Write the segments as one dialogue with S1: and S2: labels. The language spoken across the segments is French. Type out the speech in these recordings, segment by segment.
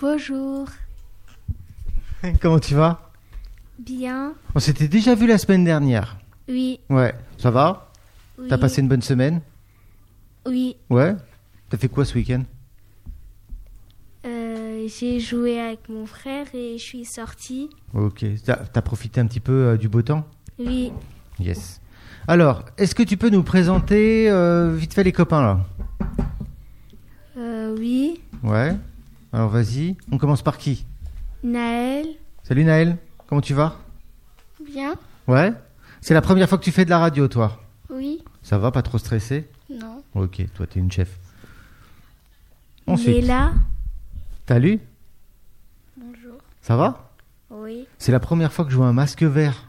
S1: Bonjour.
S2: Comment tu vas
S1: Bien.
S2: On s'était déjà vu la semaine dernière.
S1: Oui.
S2: Ouais. Ça va
S1: oui.
S2: T'as passé une bonne semaine
S1: Oui.
S2: Ouais. T'as fait quoi ce week-end
S1: Euh, j'ai joué avec mon frère et je suis sortie.
S2: Ok. T'as t'as profité un petit peu euh, du beau temps
S1: Oui.
S2: Yes. Alors, est-ce que tu peux nous présenter euh, vite fait les copains là
S1: Euh, oui.
S2: Ouais. Alors vas-y. On commence par qui
S1: Naël.
S2: Salut Naël. Comment tu vas
S1: Bien.
S2: Ouais. C'est la première fois que tu fais de la radio, toi.
S1: Oui.
S2: Ça va, pas trop stressé
S1: Non.
S2: Ok, toi t'es une chef. Ensuite,
S1: Léla.
S2: t'as lu
S1: Bonjour.
S2: Ça va
S1: Oui.
S2: C'est la première fois que je vois un masque vert.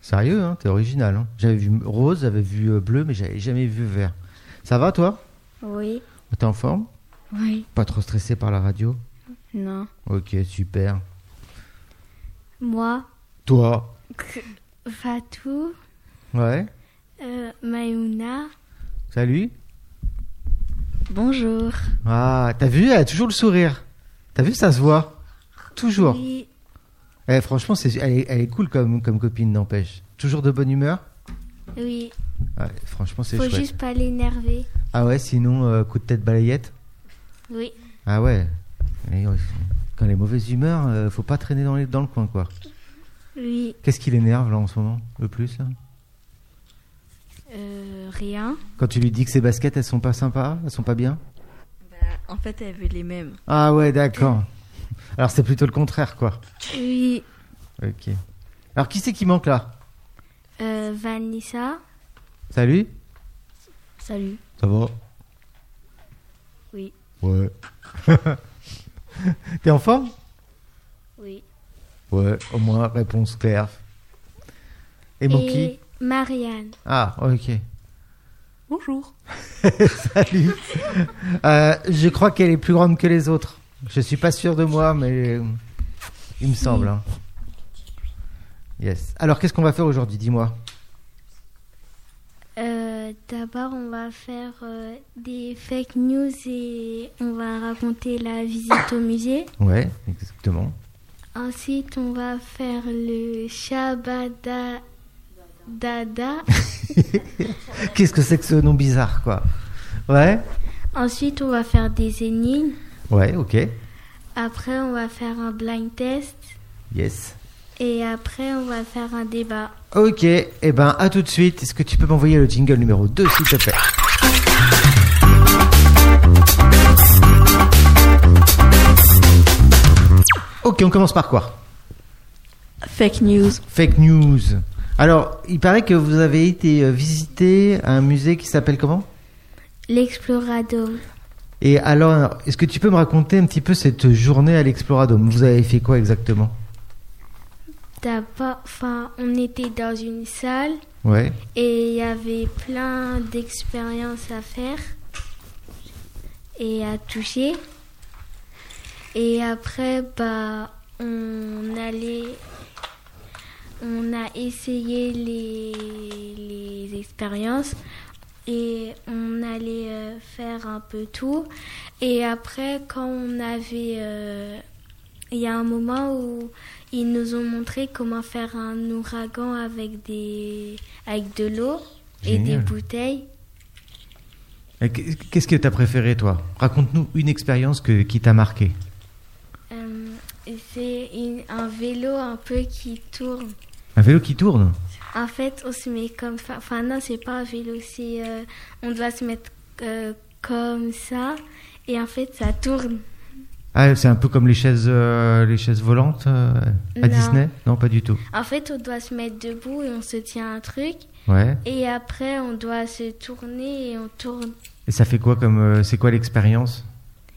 S2: Sérieux, hein t'es original. hein. j'avais vu rose, j'avais vu euh, bleu, mais j'avais jamais vu vert. Ça va toi
S1: Oui.
S2: T'es en forme
S1: Oui.
S2: Pas trop stressé par la radio
S1: Non.
S2: Ok, super.
S1: Moi.
S2: Toi
S1: Fatou.
S2: Ouais.
S1: Euh, Maïmouna.
S2: Salut.
S1: Bonjour.
S2: Ah, t'as vu, elle a toujours le sourire. T'as vu, ça se voit. Toujours.
S1: Oui.
S2: Eh, franchement, c'est, elle, est, elle est cool comme, comme copine, n'empêche. Toujours de bonne humeur.
S1: Oui.
S2: Ouais, franchement, c'est
S1: Faut
S2: chouette.
S1: juste pas l'énerver.
S2: Ah ouais, sinon, euh, coup de tête balayette.
S1: Oui.
S2: Ah ouais. Et, euh, Quand les mauvaises humeurs, euh, faut pas traîner dans, les, dans le coin, quoi.
S1: Oui.
S2: Qu'est-ce qui l'énerve là en ce moment le plus là
S1: Euh, rien.
S2: Quand tu lui dis que ses baskets elles sont pas sympas, elles sont pas bien
S3: Bah, en fait, elle veut les mêmes.
S2: Ah ouais, d'accord. Alors c'est plutôt le contraire quoi.
S1: Oui.
S2: Ok. Alors qui c'est qui manque là
S1: Euh, Vanessa.
S2: Salut
S1: Salut.
S2: Ça va
S1: Oui.
S2: Ouais. T'es en forme
S1: Oui.
S2: Ouais, au moins réponse claire. Et mon qui
S1: Et Marianne.
S2: Ah, ok.
S3: Bonjour.
S2: Salut. Euh, je crois qu'elle est plus grande que les autres. Je suis pas sûr de moi, mais euh, il me semble. hein. Yes. Alors, qu'est-ce qu'on va faire aujourd'hui Dis-moi.
S1: Euh, D'abord, on va faire euh, des fake news et on va raconter la visite au musée.
S2: Ouais, exactement.
S1: Ensuite, on va faire le Shabada Dada.
S2: Qu'est-ce que c'est que ce nom bizarre, quoi Ouais.
S1: Ensuite, on va faire des énigmes.
S2: Ouais, ok.
S1: Après, on va faire un blind test.
S2: Yes.
S1: Et après, on va faire un débat.
S2: Ok, et eh ben à tout de suite. Est-ce que tu peux m'envoyer le jingle numéro 2, s'il te plaît Ok, on commence par quoi
S3: Fake news.
S2: Fake news. Alors, il paraît que vous avez été euh, visiter un musée qui s'appelle comment
S1: L'exploradome.
S2: Et alors, est-ce que tu peux me raconter un petit peu cette journée à l'Exploradome Vous avez fait quoi exactement
S1: D'abord, enfin, on était dans une salle
S2: Ouais.
S1: Et il y avait plein d'expériences à faire et à toucher. Et après, bah, on allait. On a essayé les, les expériences et on allait euh, faire un peu tout. Et après, quand on avait. euh, il y a un moment où ils nous ont montré comment faire un ouragan avec des avec de l'eau et des
S2: Génial.
S1: bouteilles.
S2: Et qu- Qu'est-ce que t'as préféré, toi Raconte-nous une expérience que, qui t'a marqué.
S1: Euh, c'est une- un vélo un peu qui tourne.
S2: Un vélo qui tourne
S1: En fait, on se met comme ça. Enfin non, c'est pas un vélo, c'est euh, on doit se mettre euh, comme ça et en fait ça tourne.
S2: Ah, c'est un peu comme les chaises, euh, les chaises volantes euh, à
S1: Non.
S2: Disney Non, pas du tout.
S1: En fait, on doit se mettre debout et on se tient un truc
S2: Ouais.
S1: et après on doit se tourner et on tourne.
S2: Et ça fait quoi comme. euh, c'est quoi l'expérience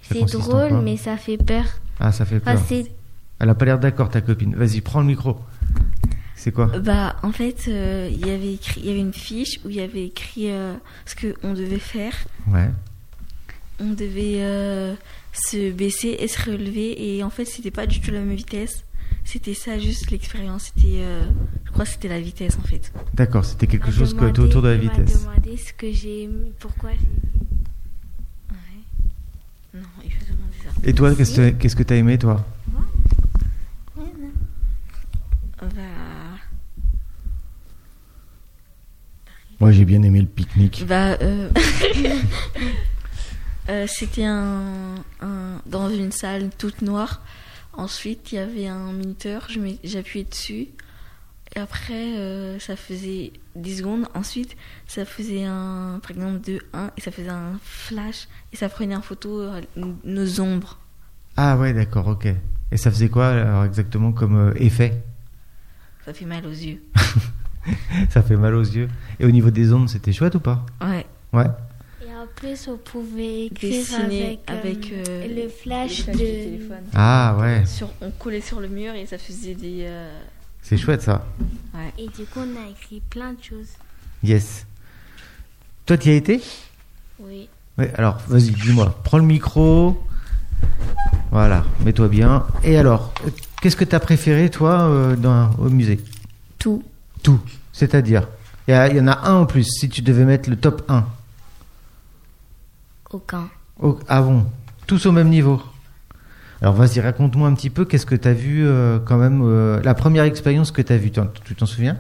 S2: Ça
S1: C'est
S2: consiste en
S1: drôle,
S2: quoi
S1: mais ça fait peur.
S2: Ah, ça fait
S1: Enfin,
S2: peur.
S1: c'est
S2: Elle a pas l'air d'accord, ta copine. Vas-y, prends le micro. C'est quoi
S3: Bah, en fait, euh, il y avait écrit, il y avait une fiche où il y avait écrit euh, ce que on devait faire.
S2: Ouais.
S3: On devait euh, se baisser et se relever. Et en fait, c'était pas du tout la même vitesse. C'était ça, juste l'expérience. C'était, euh, je crois, que c'était la vitesse en fait.
S2: D'accord, c'était
S1: Il
S2: quelque
S1: m'a
S2: chose que
S1: demandé-
S2: autour de la
S1: il m'a
S2: vitesse.
S1: demandé ce que j'ai aimé, pourquoi j'ai-
S3: Ouais. Non, il faut demander ça.
S2: Et toi, qu'est-ce que qu'est-ce que t'as aimé, toi
S3: Bah,
S4: Moi, j'ai bien aimé le pique-nique.
S3: bah, euh, euh, c'était un, un- dans une salle toute noire. Ensuite, il y avait un minuteur, je mets- j'appuyais dessus. Et après, euh, ça faisait 10 secondes. Ensuite, ça faisait un, par exemple, 2, 1, et ça faisait un flash. Et ça prenait en photo euh, nos ombres.
S2: Ah ouais, d'accord, ok. Et ça faisait quoi alors, exactement comme euh, effet
S3: Ça fait mal aux yeux.
S2: Ça fait mal aux yeux. Et au niveau des ondes, c'était chouette ou pas
S3: Ouais.
S2: Ouais.
S1: Et en plus, on pouvait écrire
S3: Dessiner
S1: avec,
S3: avec, euh,
S1: le flash
S3: Les flashs
S1: Ah, de...
S3: du téléphone.
S2: Ah ouais,
S3: Sur, on collait sur le mur et ça faisait des. euh,
S2: c'est chouette ça.
S3: ouais.
S1: Et du coup, on a écrit plein de choses.
S2: Yes. Toi, t'y as été
S1: Oui.
S2: Oui, alors vas-y, dis-moi. Prends le micro. Voilà, mets-toi bien. Et alors, euh, qu'est-ce que t'as préféré, toi, euh, dans- au musée
S3: Tout.
S2: Tout. C'est-à-dire Il y, a- il y en a un en plus, si tu devais mettre le top 1.
S1: Aucun.
S2: Au- ah bon Tous au même niveau. Alors vas-y, raconte-moi un petit peu, qu'est-ce que t'as vu euh, quand même, euh, la première expérience que t'as vue, t'en- tu t'en souviens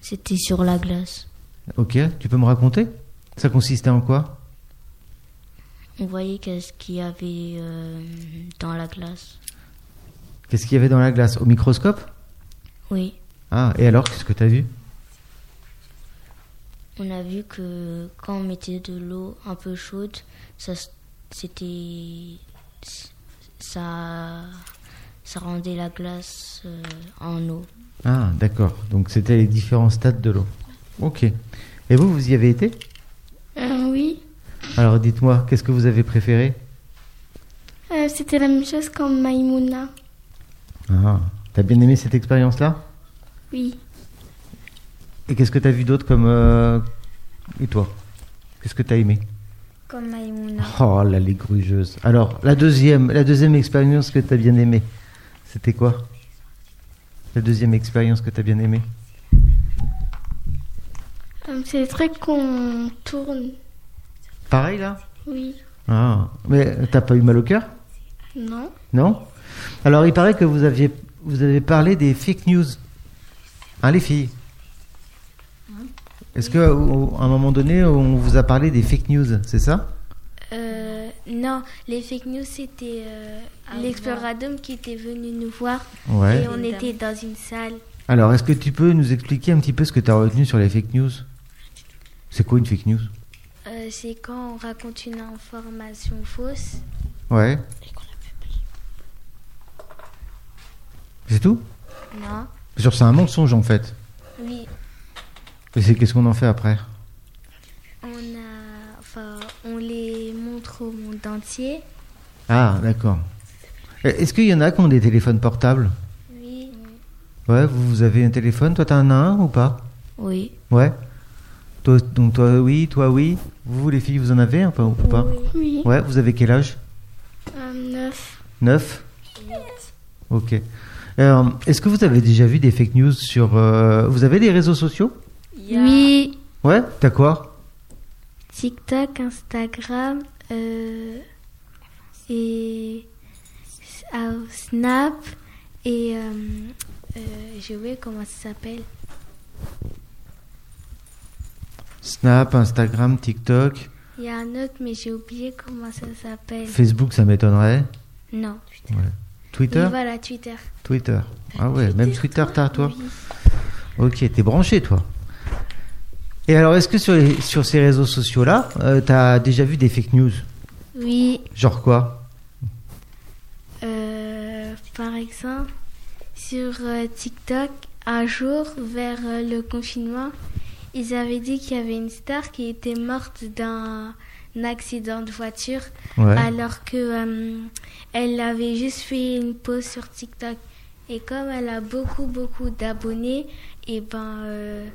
S5: C'était sur la glace.
S2: Ok, tu peux me raconter Ça consistait en quoi
S5: On voyait qu'est-ce qu'il y avait euh, dans la glace.
S2: Qu'est-ce qu'il y avait dans la glace Au microscope
S5: Oui,
S2: Ah, et alors, qu'est-ce que t'as vu
S5: on a vu que quand on mettait de l'eau un peu chaude, ça s- c'était ça ça rendait la glace euh, en eau.
S2: Ah, d'accord. Donc c'était les différents stades de l'eau. Ok. Et vous, vous y avez été
S6: Euh, oui,
S2: Alors dites-moi, qu'est-ce que vous avez préféré
S6: Euh, c'était la même chose comme Maïmouna.
S2: Ah, t'as bien aimé cette expérience-là
S6: Oui.
S2: Et qu'est-ce que t'as vu d'autre comme... euh, Et toi Qu'est-ce que t'as aimé
S6: Comme Maïmouna.
S2: Oh là, les grugeuses. Alors, la deuxième, la deuxième expérience que t'as bien aimée, c'était quoi La deuxième expérience que t'as bien aimée
S5: Ah.
S6: C'est des trucs qu'on tourne.
S2: Pareil, là
S6: Oui.
S2: Ah, mais t'as pas eu mal au cœur
S6: Non.
S2: Non Alors, il paraît que vous aviez vous avez parlé des fake news. Hein, les filles
S1: Hein
S2: Est-ce que au- à un moment donné, on vous a parlé des fake news, c'est ça
S1: Euh, non, les fake news, c'était euh,
S3: Ah,
S1: l'Exploradome qui était venu nous voir.
S2: Ouais.
S1: Et on
S3: Une dame.
S1: était dans une salle.
S2: Alors, est-ce que tu peux nous expliquer un petit peu ce que tu as retenu sur les fake news C'est quoi une fake news
S1: Euh, c'est quand on raconte une information fausse.
S2: Ouais. C'est tout
S1: Non.
S2: Sur c'est un mensonge en fait.
S1: Oui.
S2: Et c'est qu'est-ce qu'on en fait après
S1: On a, enfin, on les montre au monde entier.
S2: Ah, d'accord. Euh, Est-ce qu'il y en a qui ont des téléphones portables
S1: Oui.
S2: Ouais, vous, vous avez un téléphone. Toi, t'en as un ou pas
S5: Oui,
S2: Ouais. Toi, donc toi, oui, toi, oui. Vous, les filles, vous en avez un peu ou pas
S6: Oui.
S2: Ouais, vous avez quel âge
S6: Euh, neuf.
S2: 9 Ok. Euh, Est-ce que vous avez déjà vu des fake news sur... euh, Vous avez des réseaux sociaux
S1: Oui.
S2: Ouais T'as quoi
S1: TikTok, Instagram euh, et s- ah, Snap et euh, euh, j'ai oublié comment ça s'appelle.
S2: Snap, Instagram, TikTok,
S1: Il y a un autre mais j'ai oublié comment ça s'appelle.
S2: Facebook, ça m'étonnerait.
S1: Non.
S2: Twitter
S1: Oui, voilà Twitter.
S2: Twitter. Ah ouais, même Twitter, t'as toi
S1: Oui.
S2: Ok, t'es branché, toi. Et alors, est-ce que sur, les- sur ces réseaux sociaux-là, euh, t'as déjà vu des fake news
S1: Oui.
S2: Genre quoi
S1: Euh, par exemple, sur euh, TikTok, un jour, vers euh, le confinement, ils avaient dit qu'il y avait une star qui était morte d'un accident de voiture,
S2: Ouais.
S1: alors que euh, elle avait juste fait une pause sur TikTok. Et comme elle a beaucoup, beaucoup d'abonnés, et ben, euh,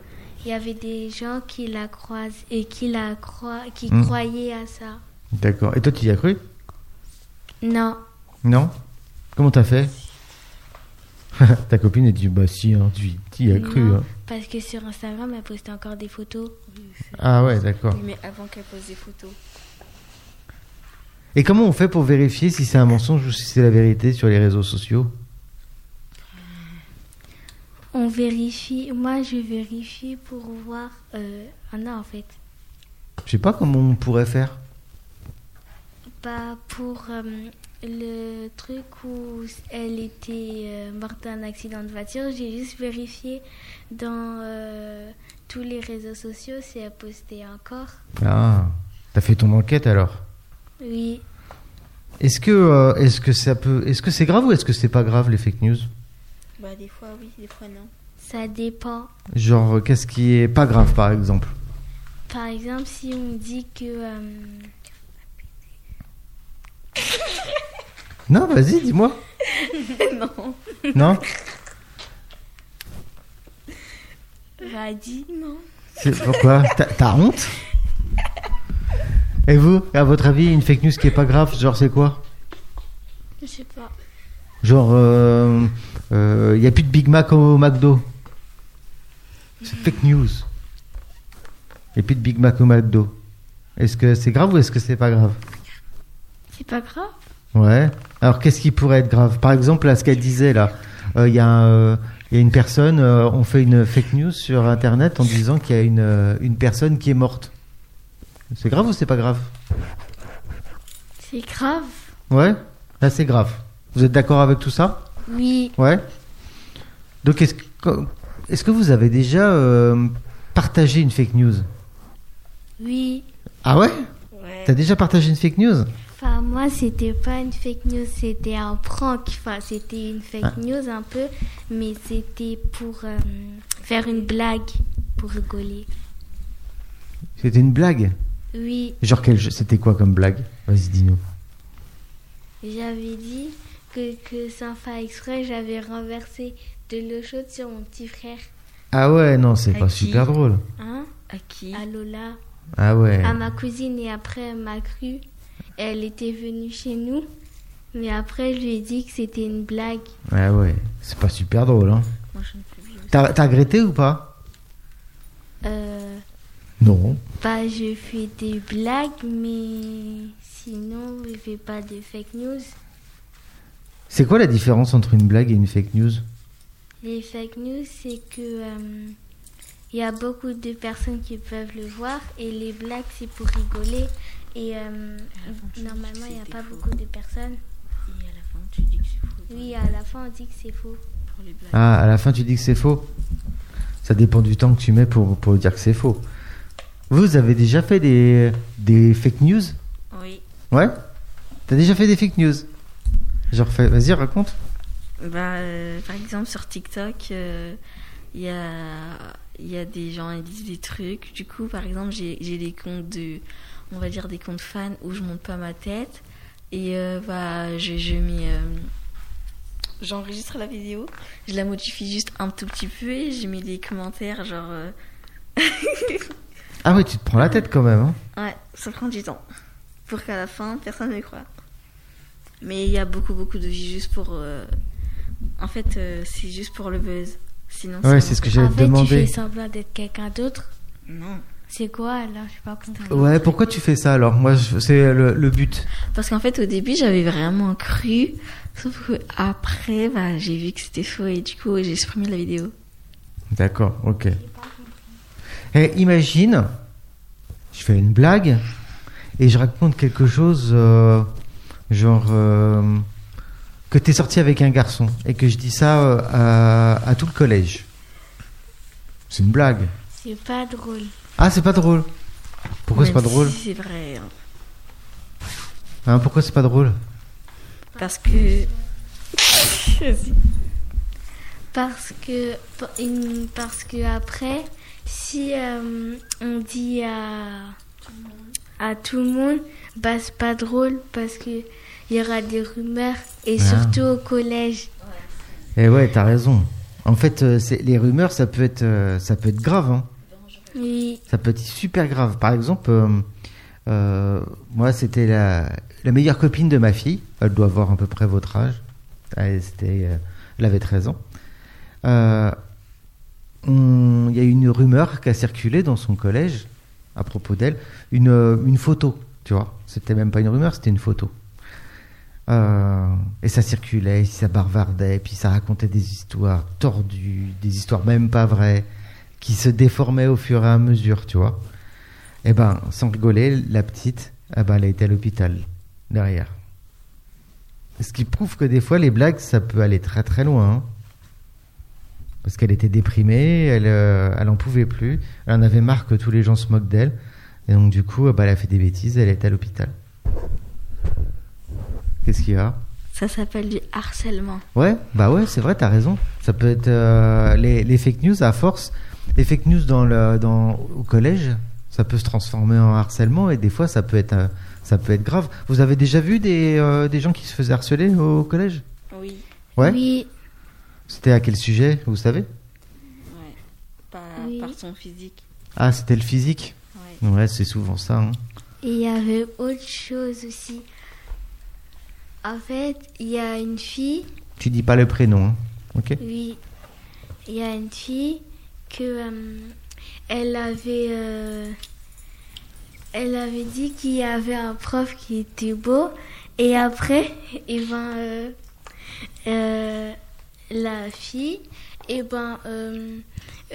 S1: il y avait des gens qui la croisent et qui la croi- qui
S2: Mm.
S1: croyaient à ça.
S2: D'accord. Et toi, tu y as cru
S1: Non.
S2: Non Comment t'as fait Ta copine a dit bah si, hein, tu tu y as cru.
S1: Non,
S2: hein.
S1: Parce que sur Instagram, elle postait encore des photos.
S2: Ah ouais, d'accord.
S3: Mais avant qu'elle pose des photos.
S2: Et comment on fait pour vérifier si c'est un mensonge ou si c'est la vérité sur les réseaux sociaux
S1: On vérifie, moi je vérifie pour voir. Euh, ah non, en fait,
S2: Je sais pas comment on pourrait faire.
S1: pas pour euh, le truc où elle était euh, morte d'un accident de voiture. J'ai juste vérifié dans euh, tous les réseaux sociaux si elle postait encore.
S2: Ah, t'as fait ton enquête alors.
S1: Oui,
S2: Est-ce que euh, est-ce que ça peut est-ce que c'est grave ou est-ce que c'est pas grave les fake news
S3: Bah, des fois, oui, des fois, non.
S1: ça dépend.
S2: Genre euh, qu'est-ce qui est pas grave par exemple
S1: Par exemple, si on dit que. euh,
S2: Non, vas-y, dis-moi.
S3: non.
S2: Non,
S3: Bah, dis non.
S2: c'est pourquoi T'as- T'as honte Et vous, à votre avis, une fake news qui est pas grave, genre c'est quoi
S6: Je sais pas.
S2: Genre, il euh, euh, y a plus de Big Mac au McDo. C'est fake news. Il n'y a plus de Big Mac au McDo. Est-ce que c'est grave ou est-ce que c'est pas grave
S6: C'est pas grave.
S2: Ouais. Alors qu'est-ce qui pourrait être grave Par exemple, là, ce qu'elle disait là, il y, a un, euh, y a une personne, euh, on fait une fake news sur Internet en disant qu'il y a une, euh, une personne qui est morte. C'est grave ou c'est pas grave
S6: C'est grave.
S2: Ouais. Là, c'est grave. Vous êtes d'accord avec tout ça
S6: Oui.
S2: Ouais. Donc, est-ce que, est-ce que vous avez déjà euh, partagé une fake news
S1: oui.
S2: Ah ouais
S3: Ouais.
S2: T'as déjà partagé une fake news
S1: Enfin, moi, c'était pas une fake news, c'était un prank. Enfin, c'était une fake
S2: Ah.
S1: news un peu, mais c'était pour euh, faire une blague, pour rigoler.
S2: C'était une blague
S1: Oui,
S2: Genre, quel jeu- c'était quoi comme blague Vas-y, dis-nous.
S1: j'avais dit que, que sans faire exprès, j'avais renversé de l'eau chaude sur mon petit frère.
S2: Ah ouais, non, c'est
S3: À
S2: pas
S3: qui
S2: super drôle.
S1: Hein
S3: À qui
S1: À Lola,
S2: Ah ouais.
S1: à ma cousine, et après, elle m'a cru. Elle était venue chez nous, mais après, je lui ai dit que c'était une blague.
S2: Ah ouais. C'est pas super drôle, hein.
S3: Moi, je ne peux plus.
S2: T'as, t'as regretté ou pas
S1: Euh.
S2: Non.
S1: Bah, je fais des blagues, mais sinon, je fais pas de fake news.
S2: C'est quoi la différence entre une blague et une fake news
S1: Les fake news, c'est que euh, il y a beaucoup de personnes qui peuvent le voir, et les blagues, c'est pour rigoler. Et euh, normalement, il n'y a
S3: c'était
S1: pas
S3: faux.
S1: beaucoup de personnes.
S3: Et à la fin, tu dis que c'est faux.
S1: Oui, à la fin, on dit que c'est faux.
S3: Pour les blagues.
S2: Ah, à la fin, tu dis que c'est faux Ça dépend du temps que tu mets pour, pour dire que c'est faux. Vous avez déjà fait des, des fake news
S3: Oui.
S2: Ouais T'as déjà fait des fake news Genre, fais- vas-y, raconte.
S3: Bah, euh, par exemple, sur TikTok, euh, il y, a, il y a des gens qui disent des trucs. Du coup, par exemple, j'ai j'ai des comptes de. On va dire des comptes fans où je monte pas ma tête. Et euh, bah, je, je mets. euh, J'enregistre la vidéo, je la modifie juste un tout petit peu et je mets des commentaires genre. euh,
S2: Ah oui, tu te prends la tête quand même. hein.
S3: Ouais, ça prend du temps. Pour qu'à la fin, personne ne croit. Mais il y a beaucoup, beaucoup de vues juste pour. euh, En fait, euh, c'est juste pour le buzz. Sinon,
S2: Ouais, c'est ce que j'allais
S1: en
S2: te
S1: fait, tu fais
S2: demander.
S1: semblant d'être quelqu'un d'autre.
S3: Non.
S1: C'est quoi alors Je sais pas compris.
S2: Ouais, pourquoi tu fais ça alors Moi, je- c'est le, le but.
S3: Parce qu'en fait, au début, j'avais vraiment cru. Sauf que après, bah, j'ai vu que c'était faux et du coup, j'ai supprimé la vidéo.
S2: D'accord, ok. Eh, imagine, je fais une blague et je raconte quelque chose, euh, genre euh, que t'es sorti avec un garçon et que je dis ça euh, à, à tout le collège. C'est une blague.
S1: C'est pas drôle.
S2: Ah, c'est pas drôle. Pourquoi c'est
S3: Même
S2: pas drôle
S3: si C'est vrai. hein.
S2: Hein, Pourquoi c'est pas drôle
S3: Parce que. Vas-y.
S1: Parce que, une- parce que après, si euh, on dit à, à tout le monde, bah c'est pas drôle parce que il y aura des rumeurs et
S2: Ah.
S1: surtout au collège.
S2: Eh ouais, t'as raison. En fait, euh, c'est- les rumeurs, ça peut être, euh, ça peut être grave. Hein.
S1: Oui,
S2: Ça peut être super grave. Par exemple, euh, euh, moi, c'était la, la Ah, meilleure copine de ma fille. Elle doit avoir à peu près votre âge. Elle, c'était, euh, elle avait 13 ans. Euh, on- Il y a eu une rumeur qui a circulé dans son collège à propos d'elle, une, euh, une photo, tu vois. C'était même pas une rumeur, c'était une photo. Euh, et ça circulait, et ça bavardait, puis ça racontait des histoires tordues, des histoires même pas vraies, qui se déformaient au fur et à mesure, tu vois. Et ben, sans rigoler, la petite, eh ben, elle a été à l'hôpital derrière. Ce qui prouve que des fois, les blagues, ça peut aller très très loin. hein. Parce qu'elle était déprimée, elle, euh, elle en pouvait plus, elle en avait marre que tous les gens se moquent d'elle. Et donc, du coup, eh ben, elle a fait des bêtises, elle est à l'hôpital. Qu'est-ce qu'il y a
S3: Ça s'appelle du harcèlement.
S2: Ouais, bah ouais, c'est vrai, t'as raison. Ça peut être euh, les, les fake news à force. Les fake news dans le, dans, au collège, ça peut se transformer en harcèlement et des fois ça peut être, euh, ça peut être grave. Vous avez déjà vu des, euh, des gens qui se faisaient harceler au collège
S3: Oui.
S2: Ouais.
S1: Oui,
S2: C'était à quel sujet, vous savez
S3: Par,
S1: Oui.
S3: par son physique.
S2: Ah, c'était le physique.
S3: Ouais.
S2: Ouais, c'est souvent ça. hein.
S1: et il y avait autre chose aussi. En fait, il y a une fille
S2: Tu dis pas le prénom, hein. ok
S1: Oui, il y a une fille que euh, elle avait euh, elle avait dit qu'il y avait un prof qui était beau et après et ben euh, euh, la fille et ben euh,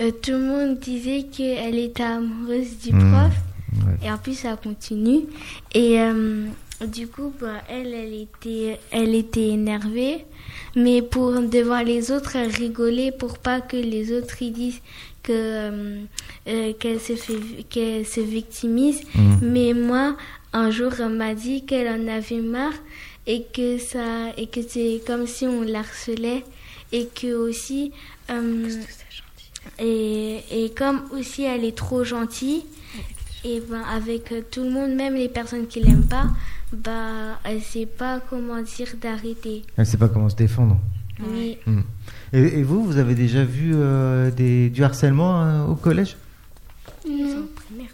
S1: euh, tout le monde disait qu'elle était amoureuse du
S2: Mmh,
S1: prof
S2: ouais.
S1: et en plus ça continue et euh, du coup ben, elle elle était elle était énervée mais pour devant les autres, elle rigolait pour pas que les autres ils disent que euh, euh, qu'elle se fait qu'elle se victimise.
S2: Mm.
S1: Mais moi, un jour, elle m'a dit qu'elle en avait marre et que ça et que c'est comme si on l'harcelait et que aussi euh, et, et comme aussi elle est trop gentille et ben avec euh, tout le monde, même les personnes qui l'aiment pas, bah elle sait pas comment dire d'arrêter.
S2: Elle sait pas comment se défendre.
S1: Oui.
S2: Et, et vous, vous avez déjà vu euh, des, du harcèlement euh, au collège
S6: Non.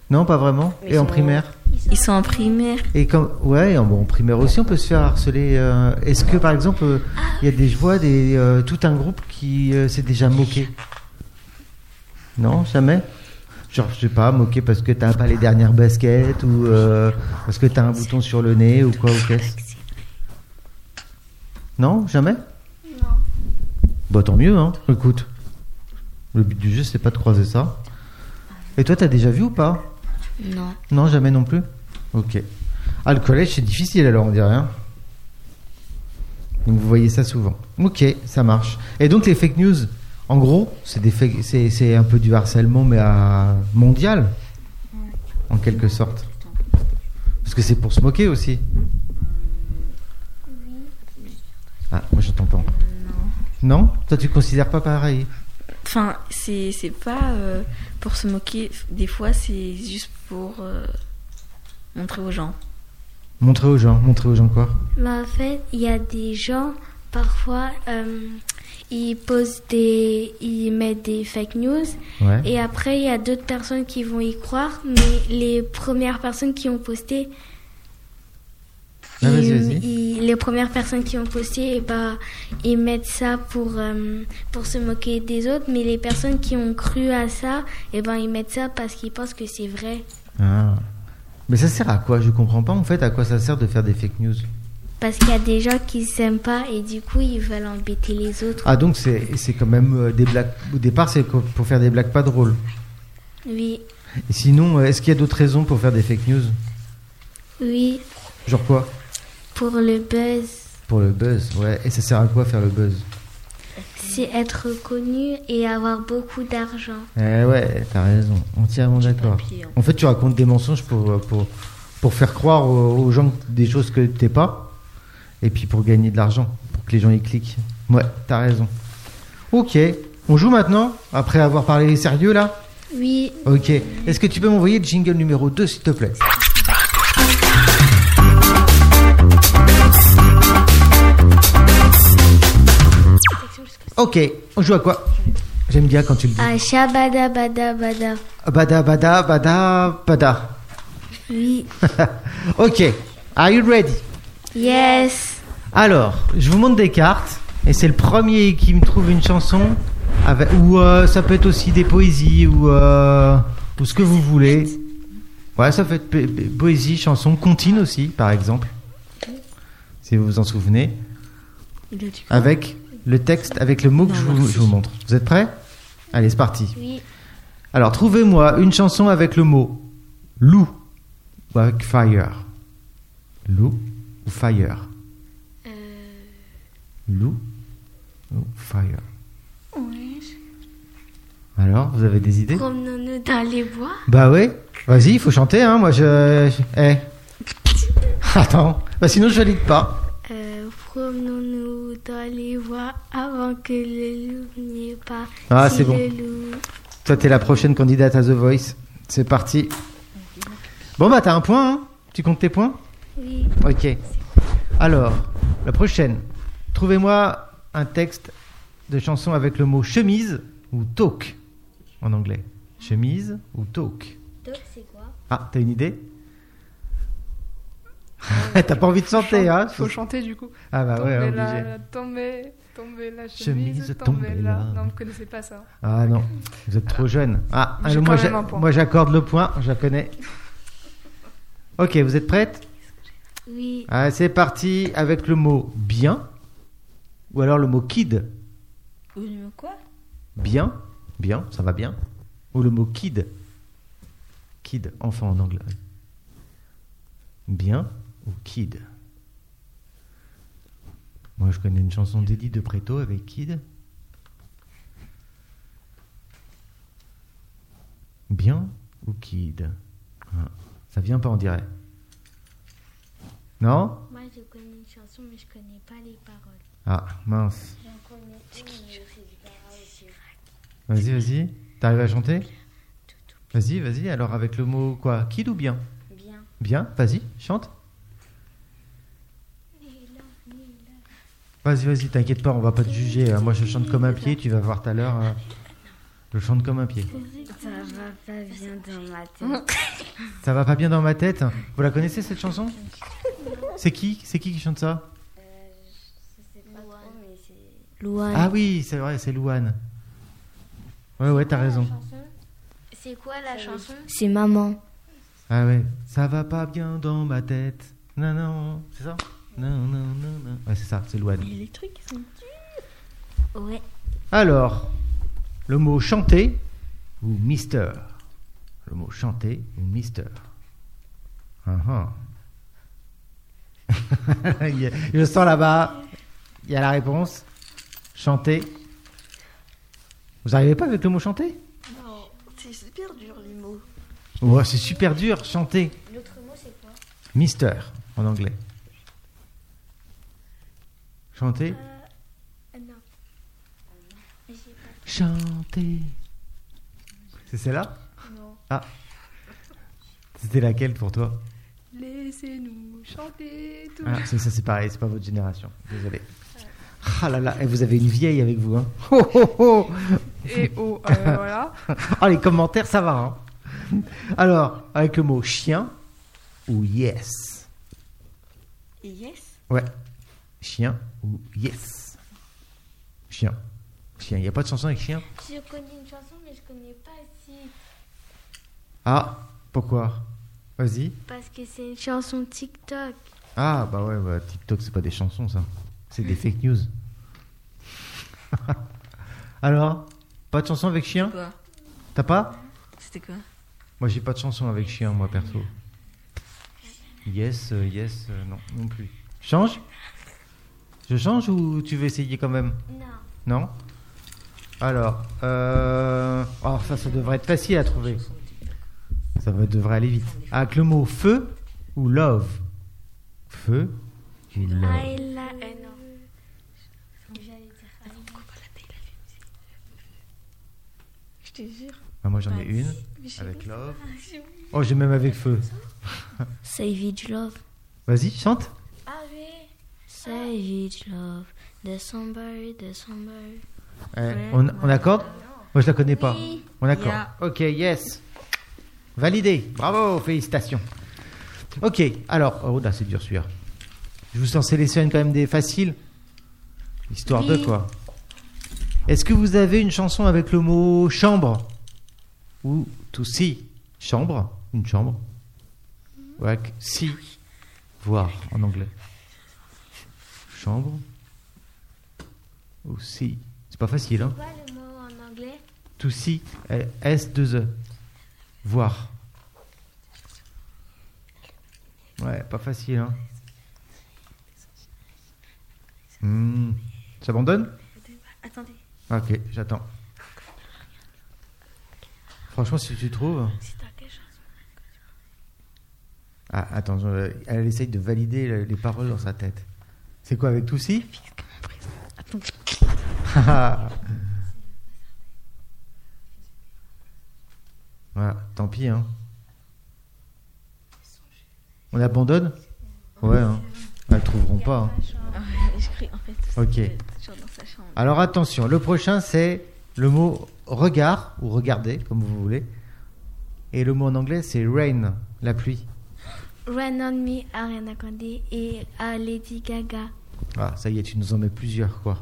S2: Non, pas vraiment.
S5: Mais
S2: Et en
S5: c'est-
S2: primaire
S3: Ils sont en primaire.
S2: Et comme ouais, en, bon, en primaire aussi, on peut se faire harceler. euh, Est-ce que par exemple, euh, il y a des, je vois des euh, tout un groupe qui euh, s'est déjà moqué Non, jamais. Genre, je sais pas, moqué parce que t'as pas les dernières baskets ou euh, parce que t'as un bouton sur le nez ou quoi ou qu'est-ce Non, jamais.
S6: Non.
S2: Bah tant mieux, hein. Écoute, le but du jeu c'est pas de croiser ça. Et toi, t'as déjà vu ou pas
S5: Non.
S2: non, jamais non plus. Ok. Ah, le collège, c'est difficile alors, on dirait. hein. donc vous voyez ça souvent. Ok, ça marche. Et donc les fake news, en gros, c'est des fake- c'est c'est un peu du harcèlement, mais à mondial, en quelque sorte. Parce que c'est pour se moquer aussi. Ah, moi j'entends pas. Non. Non Toi tu considères pas pareil
S3: Enfin, c'est c'est pas euh, pour se moquer. Des fois, c'est juste pour euh, montrer aux gens.
S2: Montrer aux gens, montrer aux gens quoi
S1: Mais en fait, il y a des gens, parfois, euh, ils posent des. ils mettent des fake news.
S2: Ouais.
S1: Et après, il y a d'autres personnes qui vont y croire. Mais les premières personnes qui ont posté.
S2: Ah, vas-y,
S1: ils-
S2: vas-y.
S1: ils- les premières personnes qui ont posté, et bah, ils mettent ça pour, euh, pour se moquer des autres. Mais les personnes qui ont cru à ça, et ben, ils mettent ça parce qu'ils pensent que c'est vrai.
S2: Ah. Mais ça sert à quoi Je comprends pas en fait à quoi ça sert de faire des fake news.
S1: Parce qu'il y a des gens qui s'aiment pas et du coup, ils veulent embêter les autres.
S2: Ah donc c'est c'est quand même euh, des blagues. Au départ c'est co- pour faire des blagues pas drôles.
S1: Oui,
S2: Et sinon euh, est-ce qu'il y a d'autres raisons pour faire des fake news
S1: oui.
S2: Genre quoi
S1: Pour le buzz,
S2: Pour le buzz. Ouais. Et ça sert à quoi faire le buzz
S1: c'est être connu et avoir beaucoup d'argent.
S2: Eh ouais, t'as raison. Entièrement d'accord.
S3: papier, hein.
S2: En fait tu racontes des mensonges pour euh, pour pour faire croire aux, aux gens des choses que t'es pas. Et puis pour gagner de l'argent, pour que les gens y cliquent. Ouais, t'as raison. Ok. On joue maintenant après avoir parlé sérieux là.
S1: Oui,
S2: Ok. Est-ce que tu peux m'envoyer le jingle numéro 2, s'il te plaît Ok, on joue à quoi J'aime bien quand tu le dis.
S1: à Shabada Bada Bada.
S2: Bada, bada, bada, bada.
S1: Oui,
S2: Ok, are you ready
S1: yes.
S2: Alors, je vous montre des cartes. Et c'est le premier qui me trouve une chanson, avec, ou euh, ça peut être aussi des poésies, ou, euh, ou ce que vous voulez. Ouais, ça peut être po- po- poésie, chanson, comptine aussi, par exemple, si vous vous en souvenez,
S3: Il a du coup.
S2: avec le texte, avec le mot que
S3: Non,
S2: je vous,
S3: merci.
S2: je vous montre. Vous êtes prêts Allez, c'est parti.
S1: Oui.
S2: Alors, trouvez-moi une chanson avec le mot loup ou avec fire. Loup ou fire Loup ou fire Alors, vous avez des idées
S6: Promenons-nous dans les bois.
S2: Bah ouais, vas-y, il faut chanter, hein, moi je... je- Eh Attends, bah sinon je valide pas.
S6: Euh, Promenons-nous dans les bois avant que le loup n'y ait pas.
S2: Ah,
S6: Si
S2: c'est bon.
S6: le loup-
S2: Toi, t'es la prochaine candidate à The Voice. C'est parti. Bon, bah t'as un point, hein Tu comptes tes points
S6: Oui.
S2: Ok. Alors, la prochaine. Trouvez-moi un texte de chanson avec le mot chemise ou toque en anglais. Chemise ou toque
S5: c'est quoi
S2: Ah, t'as une idée T'as pas envie de chanter, hein
S4: Faut chanter du coup.
S2: Ah bah ouais,
S4: Tombez
S2: obligé.
S4: là, tombez, tombez la chemise,
S2: Chemise,
S4: tombez,
S2: tombez
S4: là.
S2: là.
S4: Non, vous connaissez pas ça. hein.
S2: Ah non, vous êtes trop jeune. Ah,
S4: J'ai
S2: alors
S4: quand
S2: moi,
S4: même
S2: j'a-
S4: un point.
S2: moi j'accorde le point, je la connais. Ok, vous êtes prête
S6: Oui.
S2: Ah, C'est parti avec le mot bien ou alors le mot kid.
S3: Ou le mot quoi
S2: Bien, bien, ça va bien. Ou le mot kid. Kid, enfant en anglais. Bien ou kid. Moi, je connais une chanson d'Eddie de Preto avec kid. Bien ou kid. Ah, ça vient pas, on dirait. Non
S6: Moi, je connais une chanson, mais je connais pas les paroles.
S2: Ah, mince. Vas-y, vas-y. T'arrives à chanter Vas-y, vas-y. Alors, avec le mot quoi Kid ou bien
S5: Bien.
S2: Bien, vas-y, chante. Vas-y, vas-y, t'inquiète pas, on va pas te juger. Euh, Moi, je chante comme un pied, tu vas voir tout à l'heure. euh, Je chante comme un pied.
S1: Ça va pas bien dans ma
S3: Ah.
S1: tête.
S2: Ça va pas bien dans ma tête hein. Vous la connaissez cette chanson C'est qui C'est qui qui chante ça
S5: Louane.
S2: Ah oui, c'est vrai, c'est Louane. Ouais, ouais, t'as raison.
S6: C'est quoi la chanson
S5: C'est maman.
S2: Ah ouais, ça va pas bien dans ma tête. Non, non, c'est ça Non, non, non, non. Ouais, c'est ça, c'est Louane.
S3: Les trucs qui sont.
S5: Ouais.
S2: Alors, le mot chanter ou mister Le mot chanter ou mister Ah, ah. Il y a- Je sens là-bas, il y a la réponse. Chanter. Vous n'arrivez pas avec le mot chanter
S3: Non, c'est super dur les mots.
S2: Oh, c'est super dur, chanter.
S5: L'autre mot, c'est quoi
S2: Mister, en anglais. Chanter
S6: Euh,
S5: Euh,
S6: non.
S2: Chanter. C'est celle-là Non. Ah. C'était laquelle pour toi
S4: Laissez-nous chanter tout.
S2: ah, c'est- Ça, c'est pareil, c'est pas votre génération. Désolé. Ah là là, et vous avez une vieille avec vous. Hein. Oh, oh, oh.
S4: Et oh, euh, voilà.
S2: Ah, les commentaires, ça va. hein. Alors, avec le mot chien ou yes
S3: Yes
S2: Ouais. Chien ou yes Chien. Chien. Il n'y a pas de chanson avec chien
S6: Je connais une chanson, mais je connais pas si.
S2: Ah, pourquoi Vas-y.
S6: Parce que c'est une chanson TikTok.
S2: Ah, bah ouais, bah, TikTok, c'est pas des chansons, ça. C'est des fake news. Alors Pas de chanson avec chien
S3: Quoi
S2: T'as pas
S3: C'était quoi
S2: Moi, j'ai pas de chanson avec chien, moi, perso. Yes, euh, yes, euh, non, non plus. Change Je change ou tu veux essayer quand même
S6: Non.
S2: Non Alors, euh... oh, ça, ça devrait être facile à trouver. Ça va- devrait aller vite. Avec le mot feu ou love Feu ou love
S6: I love. Eh non. J'allais dire.
S3: Je te jure.
S2: Ah, Moi j'en ai une avec love. Oh, j'ai même avec feu.
S5: Savage love.
S2: Vas-y, chante.
S6: Ah oui.
S5: Savage love. December, December.
S2: Eh, on, on accorde Moi je la connais pas. On accorde.
S3: Yeah.
S2: Ok, yes. Validé. Bravo, félicitations. Ok, alors, oh là c'est dur celui-là. Je vous en sélectionne quand même des faciles. Histoire
S1: Oui.
S2: de quoi Est-ce que vous avez une chanson avec le mot chambre Ou tout si Chambre Une chambre Ouais, que- si. Voir en anglais. Chambre Ou si C'est pas facile, hein
S1: Quoi le mot en anglais
S2: To see, euh, S2E. Voir. Ouais, pas facile, hein. Hmm, Ça abandonne
S5: Attendez.
S2: Ok, j'attends. Franchement, si tu trouves. Ah, attends, je- elle essaye de valider le- les paroles dans sa tête. C'est quoi avec tout si Ah. Voilà, tant pis. Hein. On abandonne Ouais, hein. elles trouveront pas. hein.
S3: Ah J'écris en fait.
S2: Ok.
S3: c'est toujours dans sa chambre.
S2: Alors attention, le prochain c'est le mot regard ou regarder, comme vous voulez. Et le mot en anglais c'est rain, la pluie.
S1: Run on me, Ariana Grande et à Lady Gaga.
S2: Ah, ça y est, tu nous en mets plusieurs quoi.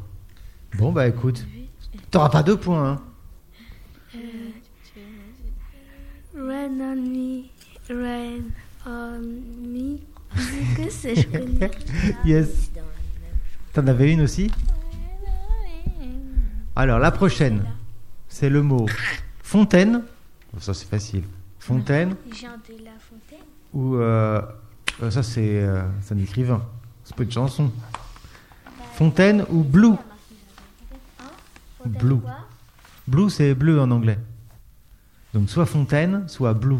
S2: Bon bah écoute, t'auras pas deux points. Hein.
S1: Run on me, run on me. C'est que c'est je connais.
S2: Yes. T'en avais une aussi Alors la prochaine, c'est le mot fontaine. Bon, Ça c'est facile. Fontaine
S1: Jean de La Fontaine.
S2: ou euh, euh, ça c'est euh, c'est un écrivain. C'est pas une chanson. Fontaine ou blue Blue. Blue, c'est bleu en anglais. Donc soit fontaine, soit blue.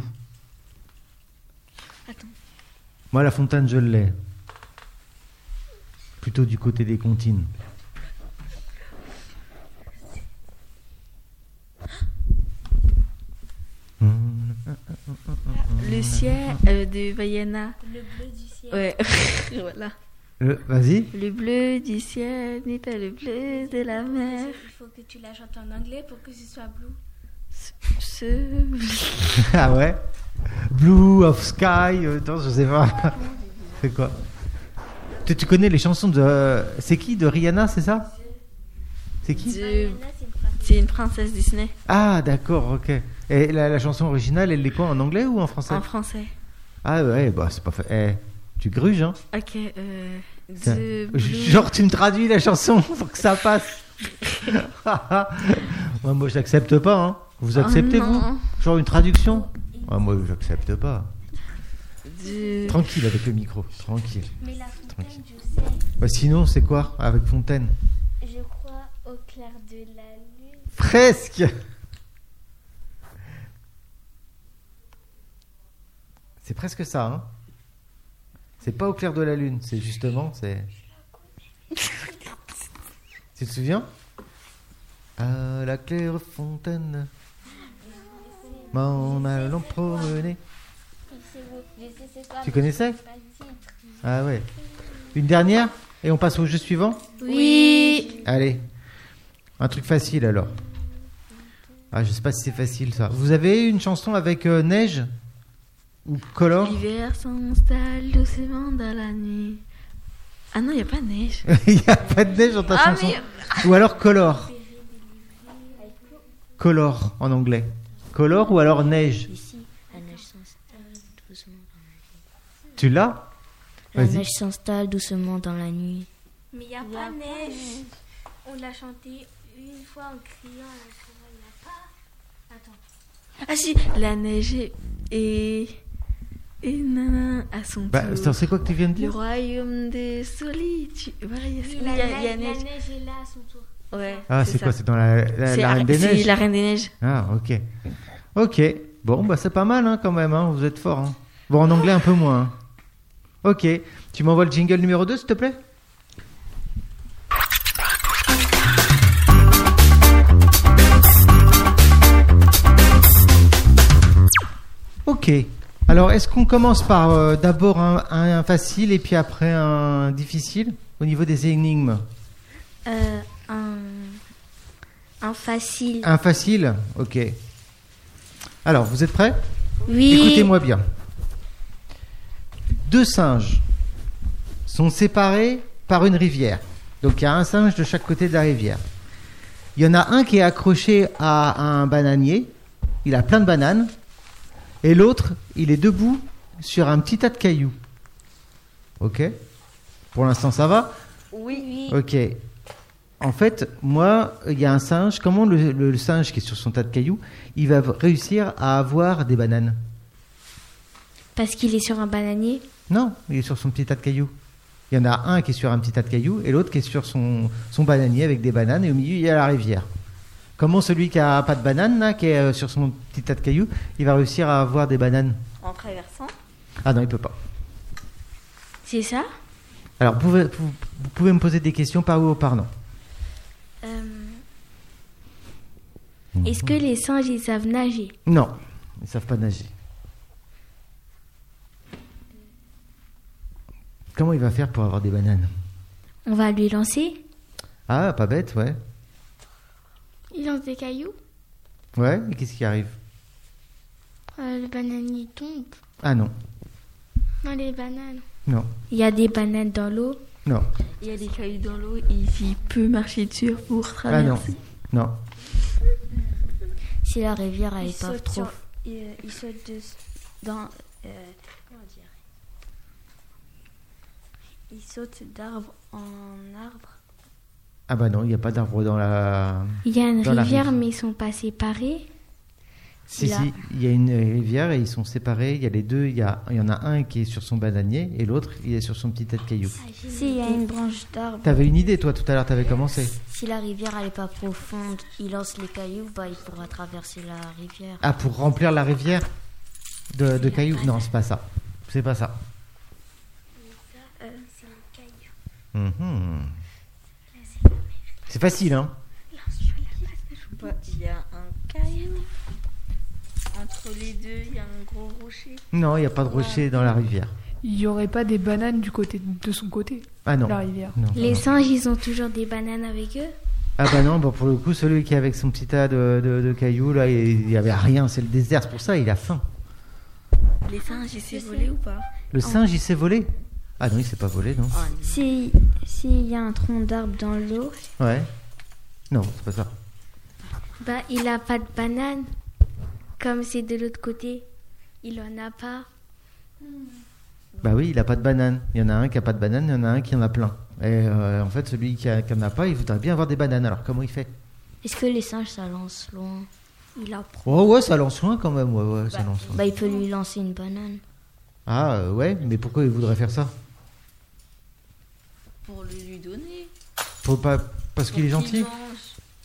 S3: Attends.
S2: Moi, la fontaine, je l'ai. Plutôt du côté des comptines. Hmm.
S3: Le ciel euh, de Vaiana. Le bleu du ciel. Ouais, voilà.
S2: Le- Vas-y.
S3: Le bleu du ciel n'est pas le bleu de la mer.
S6: Il faut que tu la chantes en anglais pour que ce soit blue.
S3: Ce
S2: Ah ouais Blue of Sky, euh, attends, je sais pas. C'est quoi tu, tu connais les chansons de. euh, C'est qui De Rihanna, c'est ça C'est qui
S3: de- C'est une princesse Disney
S2: Ah, d'accord, ok. Et la, la chanson originale, elle est quoi En anglais ou en français
S3: en français.
S2: Ah ouais, bah c'est pas fait. Eh, tu gruges, hein
S3: Ok. Euh,
S2: Tiens.
S3: the blue-
S2: Genre, tu me traduis la chanson pour que ça passe. moi, moi, je l'accepte pas, hein. Vous
S3: Oh
S2: acceptez, vous
S3: non.
S2: Genre une traduction Ah, Moi, j'accepte pas.
S3: The-
S2: Tranquille avec le micro, tranquille.
S1: Mais La Fontaine,
S2: Tranquille.
S1: je sais.
S2: Bah sinon, c'est quoi avec Fontaine
S1: Je crois au clair de la lune.
S2: Presque C'est presque ça, hein C'est pas au clair de la lune, c'est justement, c'est... tu te souviens À la claire fontaine, m'en allons promener. Tu connaissais Ah ouais. Une dernière Et on passe au jeu suivant
S1: Oui.
S2: Allez, un truc facile alors. Ah, je sais pas si c'est facile ça. Vous avez une chanson avec euh, neige ou color
S3: L'hiver s'installe doucement dans la nuit. Ah non, il n'y a pas de neige.
S2: Il y a pas de neige dans ta
S3: Ah
S2: chanson.
S3: mais
S2: Ou alors color. Color en anglais. Color ou alors neige.
S5: Ici, la neige s'installe doucement.
S2: Tu l'as
S5: La
S2: Vas-y.
S5: neige s'installe doucement dans la nuit.
S6: Mais il n'y a pas neige. On l'a chanté une fois en criant à la chorale. Il n'y a pas. Attends.
S3: ah si, la neige est et et nanan à son
S2: Bah,
S3: tour.
S2: c'est c'est quoi que tu viens de
S3: Le
S2: dire
S3: royaume des solitudes. Voilà, il y a, il y
S6: La,
S3: a- il y a
S6: neige, la
S3: neige.
S6: neige est là à son tour.
S3: Ouais.
S2: Ah, c'est
S3: ça.
S2: quoi C'est dans la, la-
S3: C'est
S2: la Reine des
S3: c'est
S2: Neiges
S3: la reine des neiges.
S2: Ah, ok. Ok. Bon, bah c'est pas mal hein, quand même, hein. vous êtes fort. Bon, en anglais un peu moins. hein. Ok. Tu m'envoies le jingle numéro 2, s'il te plaît Ok. Alors, est-ce qu'on commence par euh, d'abord un, un facile et puis après un difficile au niveau des énigmes
S1: Euh, un, un facile.
S2: Un facile Ok. Alors, vous êtes prêts
S1: Oui.
S2: Écoutez-moi bien. Deux singes sont séparés par une rivière. Donc il y a un singe de chaque côté de la rivière. Il y en a un qui est accroché à un bananier. Il a plein de bananes. Et l'autre, il est debout sur un petit tas de cailloux. Ok Pour l'instant, ça va
S7: Oui.
S2: Ok. En fait, moi, il y a un singe. Comment le, le- le singe qui est sur son tas de cailloux, il va v- réussir à avoir des bananes
S1: Parce qu'il est sur un bananier.
S2: Non, il est sur son petit tas de cailloux. Il y en a un qui est sur un petit tas de cailloux et l'autre qui est sur son, son bananier avec des bananes et au milieu, il y a la rivière. Comment celui qui a pas de bananes, là, qui est euh, sur son petit tas de cailloux, il va réussir à avoir des bananes
S7: En traversant.
S2: Ah non, il peut pas.
S1: C'est ça
S2: Alors, pouvez- pou- vous pouvez me poser des questions par oui ou par non.
S1: Est-ce que les singes, ils savent nager
S2: Non, ils savent pas nager. Comment il va faire pour avoir des bananes
S1: On va lui lancer
S2: Ah, pas bête, ouais.
S6: Il lance des cailloux,
S2: Ouais, et qu'est-ce qui arrive
S6: euh, le bananier tombe.
S2: Ah non,
S6: Non, les bananes.
S2: non,
S1: Il y a des bananes dans l'eau.
S2: non.
S3: Il y a des cailloux dans l'eau et il peut marcher dessus pour
S2: Ah non,
S3: traverser.
S2: non.
S5: Si la rivière
S1: Ah,
S5: elle est pas
S7: saute
S5: trop
S7: sur- il, euh, il saute de- dans. euh, comment dire Il saute d'arbre en arbre.
S2: Ah bah non, il n'y a pas d'arbre dans la...
S1: Il y a une
S2: Dans la
S1: rivière,
S2: rive.
S1: mais ils sont pas séparés.
S2: Si,
S5: Là.
S2: si, il y a une rivière et ils sont séparés. Il y a les deux, il y, a... il y en a un qui est sur son bananier et l'autre, il est sur son petit tas de cailloux.
S5: Si il y a une branche d'arbre,
S2: T'avais une idée, toi, tout à l'heure, t'avais commencé.
S5: si la rivière elle est pas profonde, il lance les cailloux, bah il pourra traverser la rivière.
S2: Ah, pour remplir la rivière de, de cailloux Non, c'est pas ça. C'est pas ça. Mhm. C'est facile, hein
S7: Ouais, Il y a un caillou. Entre les deux, il y a un gros rocher.
S2: Non, il n'y a pas de rocher dans la rivière.
S4: Il n'y aurait pas des bananes du côté, de son côté,
S2: Ah non.
S4: la rivière.
S2: Non,
S1: Les
S2: non.
S1: singes, ils ont toujours des bananes avec eux.
S2: Ah bah non, bon, pour le coup, celui qui est avec son petit tas de, de- de cailloux, là, il n'y avait rien, c'est le désert, c'est pour ça, il a faim.
S3: Les singes,
S7: Ah,
S3: ils s'est volé ou pas
S2: Le singe, il s'est volé Ah non, il s'est pas volé, non
S5: Si s'il y a un tronc d'arbre dans l'eau,
S2: Ouais. Non, c'est pas ça.
S1: Bah, il a pas de banane. Comme c'est de l'autre côté, il en a pas.
S2: Bah oui, il a pas de banane. Il y en a un qui a pas de banane, il y en a un qui en a plein. Et euh, en fait, celui qui, a- qui en a pas, il voudrait bien avoir des bananes. Alors comment il fait
S5: est-ce que les singes ça lance loin
S7: Il apprend.
S2: Oh ouais, ça lance loin quand même, ouais, ouais, ça lance loin.
S5: Bah il peut lui lancer une banane.
S2: Ah euh, ouais, mais pourquoi il voudrait faire ça
S3: Pour le lui donner.
S2: Faut pas... Parce qu'il est
S3: Pour
S2: gentil
S3: mange.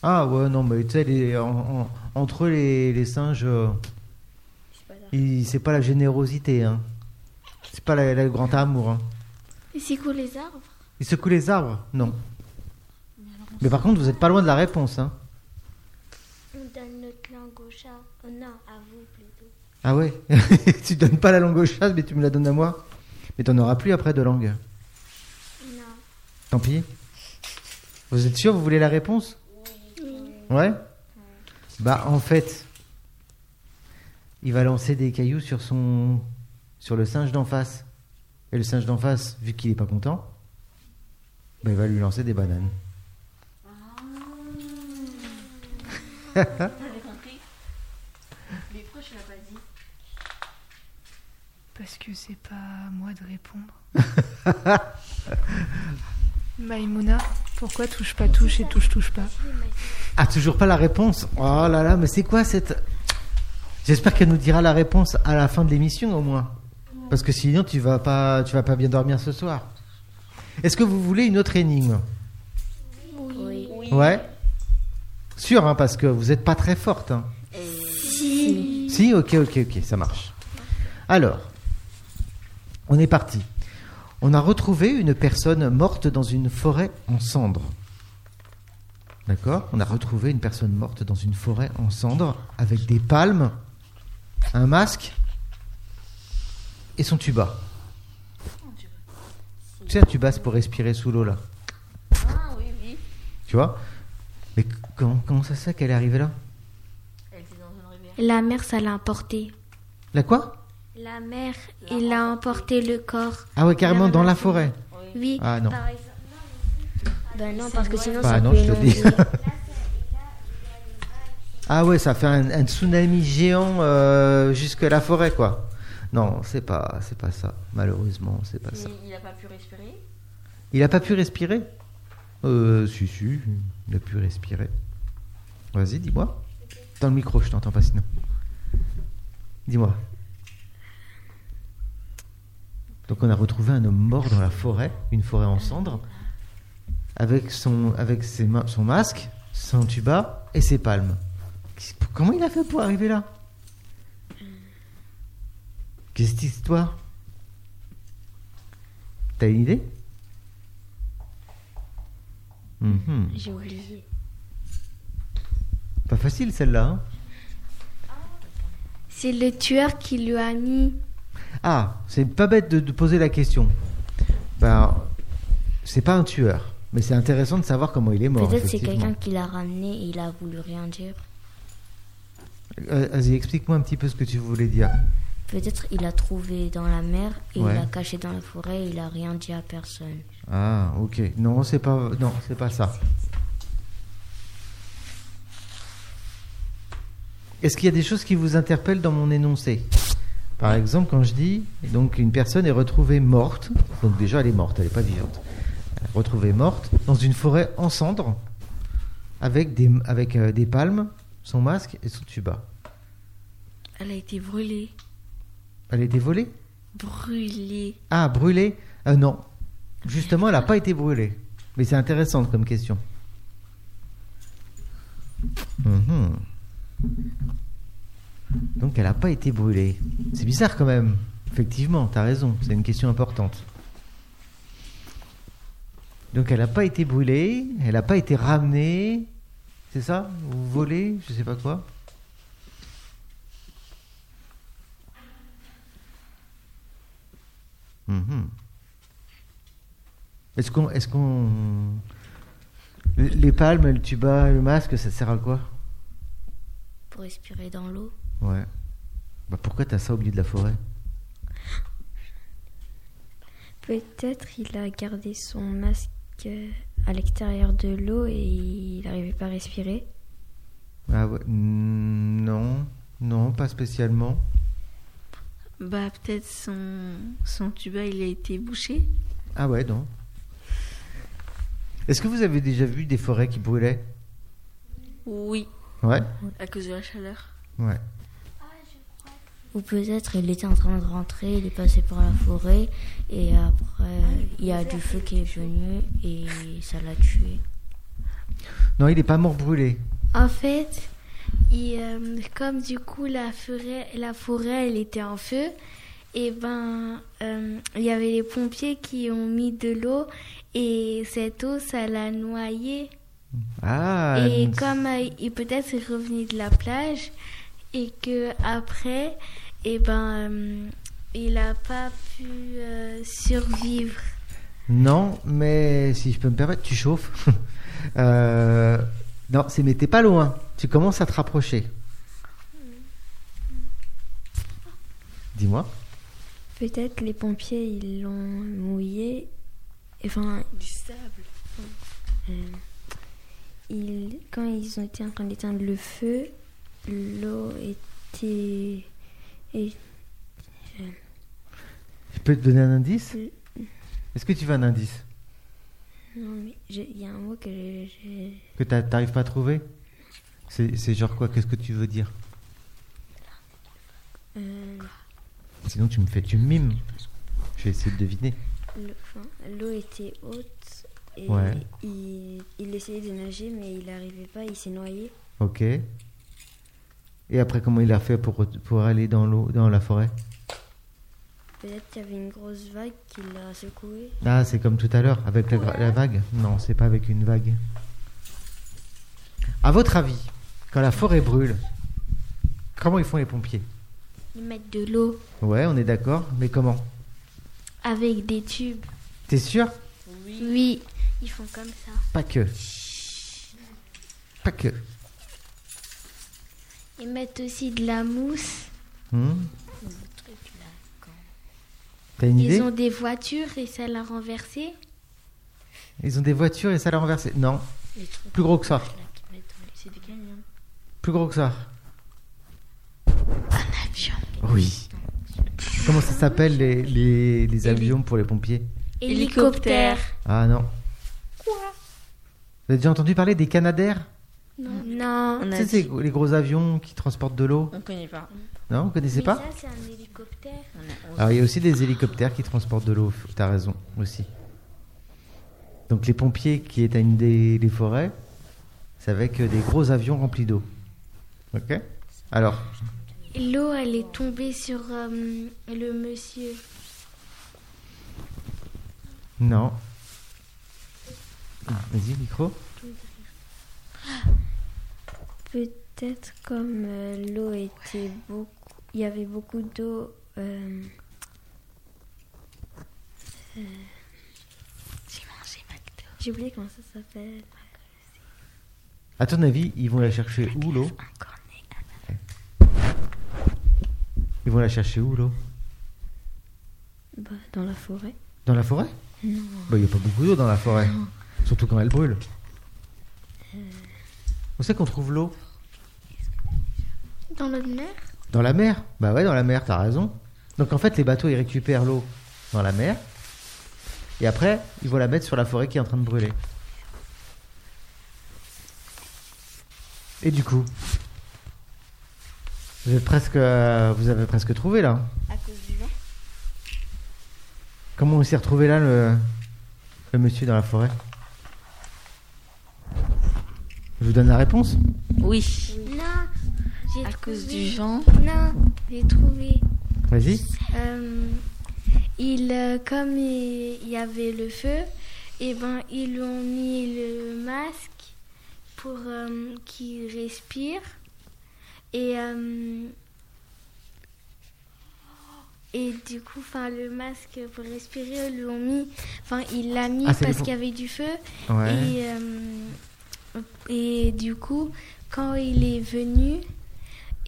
S2: Ah ouais, non, mais tu sais, les- en- en- entre les, les singes... euh,
S7: C'est pas ça.
S2: Il- C'est pas la générosité, hein. C'est pas la- la- le grand amour. Hein.
S6: Et c'est quoi les arbres
S2: Il secoue les arbres Non. Mais par contre, vous êtes pas loin de la réponse, hein.
S6: On donne notre langue au chat. Oh non, à vous plutôt.
S2: Ah ouais Tu donnes pas la langue au chat, mais tu me la donnes à moi. Mais t'en auras plus après de langue.
S6: Non.
S2: Tant pis. Vous êtes sûr, vous voulez la réponse Ouais Bah, en fait, il va lancer des cailloux sur son. sur le singe d'en face. Et le singe d'en face, vu qu'il est pas content, bah, il va lui lancer des bananes.
S3: T'avais compris Mais pourquoi tu l'as pas dit
S4: Parce que c'est pas à moi de répondre. Maïmouna, pourquoi touche pas touche et touche touche pas
S2: Ah, toujours pas la réponse Oh là là, mais c'est quoi cette. J'espère qu'elle nous dira la réponse à la fin de l'émission au moins. Parce que sinon, tu vas pas, tu vas pas bien dormir ce soir. Est-ce que vous voulez une autre énigme
S5: Oui.
S2: Ouais. Sûr, hein, parce que vous n'êtes pas très forte. hein. Si. ok, ok, ok, ça marche. Alors, on est parti. On a retrouvé une personne morte dans une forêt en cendres. D'accord On a retrouvé une personne morte dans une forêt en cendres avec des palmes, un masque et son tuba. Tu sais, un tuba, c'est pour respirer sous l'eau là.
S3: Ah oui, oui.
S2: Tu vois Mais c- comment, comment ça se fait qu'elle est arrivée là
S3: Elle était dans une rivière.
S1: La mère, ça l'a emporté.
S2: La quoi
S1: La mère, il a emporté le corps.
S2: Ah ouais, carrément
S1: Vers
S2: dans
S1: la
S2: la forêt.
S1: Oui,
S2: Ah non.
S6: Par exemple,
S5: Bah non, parce que sinon
S2: Bah
S5: ça euh,
S2: non,
S5: peut
S2: je te le dis.
S5: élonger.
S2: Ah ouais, ça fait un, un tsunami géant euh, jusque la forêt, quoi. Non, c'est pas, c'est pas ça. Malheureusement, c'est pas Bah, ça.
S7: Mais il n'a pas pu respirer.
S2: Il a pas pu respirer Euh, si, si, il a pu respirer. Vas-y, dis-moi. Dans le micro, je t'entends pas sinon. Dis-moi. Donc on a retrouvé un homme mort dans la forêt, une forêt en cendres, avec son, avec ses mains, son masque, son tuba et ses palmes. Qu'est- Comment il a fait pour arriver là Qu'est-ce que cette histoire T'as une idée Mhm.
S5: J'ai oublié.
S2: Pas facile celle-là. hein.
S1: C'est le tueur qui lui a mis.
S2: ah, c'est pas bête de, de poser la question. Ben, c'est pas un tueur, mais c'est intéressant de savoir comment il est mort.
S5: Peut-être c'est
S2: effectivement.
S5: quelqu'un qui l'a ramené et il a voulu rien dire.
S2: Euh, Vas-y, explique-moi un petit peu ce que tu voulais dire.
S5: Peut-être il l'a trouvé dans la mer et
S2: Ouais.
S5: il l'a caché dans la forêt et il a rien dit à personne.
S2: Ah, ok. Non, c'est pas, non, c'est pas ça. Est-ce qu'il y a des choses qui vous interpellent dans mon énoncé Par exemple, quand je dis donc une personne est retrouvée morte, donc déjà elle est morte, elle n'est pas vivante, Elle est retrouvée morte dans une forêt en cendres, avec des avec euh, des palmes, son masque et son tuba.
S3: Elle a été brûlée.
S2: Elle a été volée
S3: Brûlée.
S2: Ah, brûlée Euh, Non, justement, elle n'a pas été brûlée. Mais c'est intéressant comme question. Mhm. Donc, elle n'a pas été brûlée. C'est bizarre quand même. Effectivement, t'as raison. C'est une question importante. Donc, elle n'a pas été brûlée. Elle n'a pas été ramenée. C'est ça Ou volée Je sais pas quoi. Mhm. Est-ce qu'on. Est qu'on... Le- Les palmes, le tuba, le masque, ça sert à quoi
S5: Pour respirer dans l'eau.
S2: Ouais. Bah pourquoi t'as ça au milieu de la forêt
S8: Peut-être il a gardé son masque euh, à l'extérieur de l'eau et il n'arrivait pas à respirer.
S2: Ah ouais. mm, Non, non, pas spécialement.
S3: Bah peut-être son, son tuba il a été bouché.
S2: Ah ouais, non. Est-ce que vous avez déjà vu des forêts qui brûlaient
S3: Oui,
S2: Ouais.
S3: à cause de la chaleur.
S2: Ouais.
S5: Ou peut-être il était en train de rentrer, il est passé par la forêt et après il y a du feu qui est venu et ça l'a tué.
S2: Non, il n'est pas mort brûlé.
S1: En fait, il, euh, comme du coup la forêt, la forêt, elle était en feu, et ben, euh, il y avait les pompiers qui ont mis de l'eau, et cette eau, ça l'a noyé.
S2: Ah.
S1: Et
S2: euh,
S1: comme euh, il peut-être est revenu de la plage et que ah, après, eh ben, euh, il a pas pu euh, survivre.
S2: Non, mais si je peux me permettre, tu chauffes. Euh, non, c'est mais t'es pas loin. Tu commences à te rapprocher. Dis-moi.
S8: Peut-être les pompiers ils l'ont mouillé. Enfin,
S3: Du sable.
S8: euh, ils- quand ils ont été en train d'éteindre le feu, l'eau était. et-
S2: Je peux te donner un indice
S8: Oui.
S2: Est-ce que tu veux un indice
S8: non, mais je- il y a un mot que je- je...
S2: que t'a- t'arrives pas à trouver C'est c'est genre quoi Qu'est-ce que tu veux dire
S8: euh,
S2: Sinon, tu me fais, tu me mimes. Je vais essayer de deviner.
S8: L'eau enfin, l'eau était haute et
S2: Ouais.
S8: il, il essayait de nager mais il n'arrivait pas, il s'est noyé.
S2: Ok. Et après, comment il a fait pour, pour aller dans l'eau, dans la forêt
S8: Peut-être qu'il y avait une grosse vague qui l'a secoué.
S2: Ah, c'est comme tout à l'heure, avec la, gra- la vague Non, c'est pas avec une vague. À votre avis, quand la forêt brûle, comment ils font les pompiers
S1: Ils mettent de l'eau
S2: Ouais, on est d'accord, mais comment
S1: avec des tubes.
S2: T'es sûr
S1: Oui, ils font comme ça.
S2: Pas que. Pas que.
S1: Ils mettent aussi de la mousse.
S2: Hmm T'as une
S1: Ils
S2: idée
S1: ont des voitures et ça l'a renversé.
S2: Ils ont des voitures et ça l'a renversé. Non,
S5: Les trucs
S2: plus gros que ça.
S5: là qui mettent dans les-
S7: C'est des camions.
S2: Plus gros que ça. Un avion. Oui. Comment ça s'appelle les, les, les avions pour les pompiers
S1: Hélicoptère.
S2: Ah non. Quoi Vous avez déjà entendu parler des Canadair
S1: Non.
S7: On a
S2: Tu sais,
S7: dit-
S2: ces- les gros avions qui transportent de l'eau
S7: On connaît pas.
S2: Non, vous connaissez
S6: Mais
S2: pas
S6: ça, c'est un hélicoptère.
S7: On a- on-
S2: Alors, il y a aussi des hélicoptères qui transportent de l'eau, t'as raison, aussi. Donc, les pompiers qui éteignent des, les forêts, c'est avec euh, des gros avions remplis d'eau. Ok Alors,
S1: L'eau, elle est tombée sur euh, le monsieur.
S2: non. Ah, Vas-y, micro.
S8: Peut-être comme euh, l'eau était beaucoup, il y avait beaucoup d'eau. euh, euh, J'ai oublié comment ça s'appelle.
S2: À ton avis, ils vont la chercher où, l'eau Ils vont la chercher où, l'eau
S8: Bah, dans la forêt.
S2: Dans la forêt Non. Il n'y a pas beaucoup d'eau dans la forêt. Surtout quand elle brûle.
S8: Euh.
S2: Où c'est qu'on trouve l'eau
S1: Dans l'eau de mer
S2: Dans la mer Bah ouais, dans la mer, t'as raison. Donc en fait, les bateaux, ils récupèrent l'eau dans la mer. Et après, ils vont la mettre sur la forêt qui est en train de brûler. Et du coup Vous, êtes presque, euh, vous avez presque trouvé là.
S7: À cause du vent
S2: Comment on s'est retrouvé là, le, le monsieur dans la forêt Je vous donne la réponse
S3: Ah.
S7: Oui.
S1: Non. J'ai
S3: À cause du
S1: trouvé.
S3: vent.
S1: Non, j'ai trouvé.
S2: Vas-y.
S1: Euh, il, euh, comme il il y avait le feu, et ben ils lui ont mis le masque pour euh, qu'il respire. Et euh, et du coup, enfin le masque pour respirer, ils lui ont mis. Enfin, il l'a mis
S2: Ah, c'est les
S1: parce
S2: pom-
S1: qu'il y avait du feu.
S2: Ouais.
S1: Et, euh, et du coup, quand il est venu,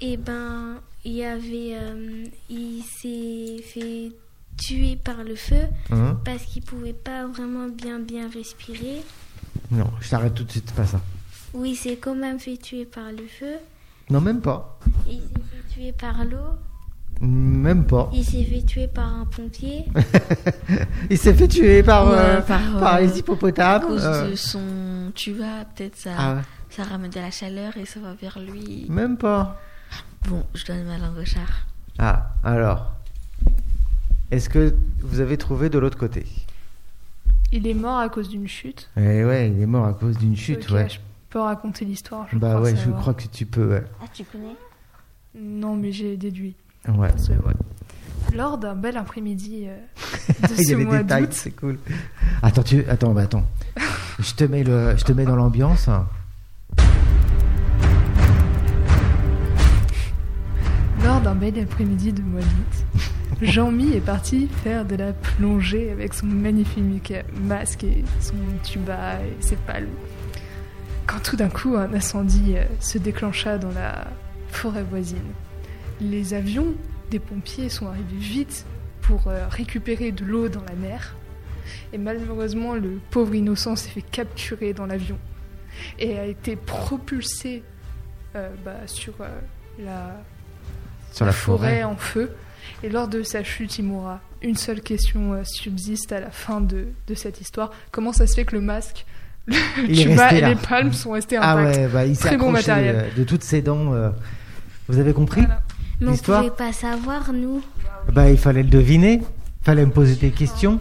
S1: et ben, il y avait, euh, il s'est fait tuer par le feu
S2: Hein
S1: parce qu'il pouvait pas vraiment bien bien respirer.
S2: non, je t'arrête tout de suite, c'est pas ça.
S1: Oui, il s'est quand même fait tuer par le feu.
S2: Non, même pas.
S1: Il s'est fait tuer par l'eau.
S2: Même pas.
S1: Il s'est fait tuer par un pompier.
S2: Il s'est fait tuer par, euh,
S3: Ouais, par, euh,
S2: par les
S3: À
S2: hippopotames.
S3: cause
S2: euh.
S3: de son tuba, peut-être ça,
S2: Ah ouais.
S3: ça ramène de la chaleur et ça va vers lui.
S2: Même pas.
S3: Bon, je donne ma langue au char.
S2: Ah, alors. Est-ce que vous avez trouvé de l'autre côté
S4: Il est mort à cause d'une chute.
S2: Eh ouais, il est mort à cause d'une chute,
S4: Ok,
S2: ouais.
S4: Je peux raconter l'histoire. Je
S2: Bah
S4: crois
S2: ouais, je
S4: savoir.
S2: crois que tu peux, ouais.
S7: Ah, tu connais
S4: Non, mais j'ai déduit.
S2: Ouais.
S4: C'est vrai. Lors d'un bel après-midi euh, de
S2: Il y
S4: ce
S2: a
S4: mois
S2: des détails,
S4: d'août,
S2: c'est cool. Attends, tu... attends, bah attends. Je te mets, le... je te mets dans l'ambiance. hein,
S4: lors d'un bel après-midi de mois d'août, Jean-Mi est parti faire de la plongée avec son magnifique masque et son tuba et ses palmes. Quand tout d'un coup, un incendie euh, se déclencha dans la forêt voisine. Les avions des pompiers sont arrivés vite pour euh, récupérer de l'eau dans la mer. Et malheureusement, le pauvre innocent s'est fait capturer dans l'avion et a été propulsé euh, bah, sur euh, la,
S2: Sur la forêt.
S4: en feu. Et lors de sa chute, il mourra. Une seule question euh, subsiste à la fin de, de cette histoire. Comment ça se fait que le masque, le
S2: Il est
S4: tuba
S2: resté
S4: et
S2: là.
S4: les palmes sont restés
S2: Ah
S4: intacts
S2: ouais, bah il s'est
S4: Très bon
S2: accroché
S4: matériel.
S2: euh, de, toutes ses dents. euh. Vous avez compris
S4: Voilà.
S1: Mais on
S2: L'histoire
S1: pouvait pas savoir nous.
S2: Bah il fallait le deviner. Fallait me poser des questions.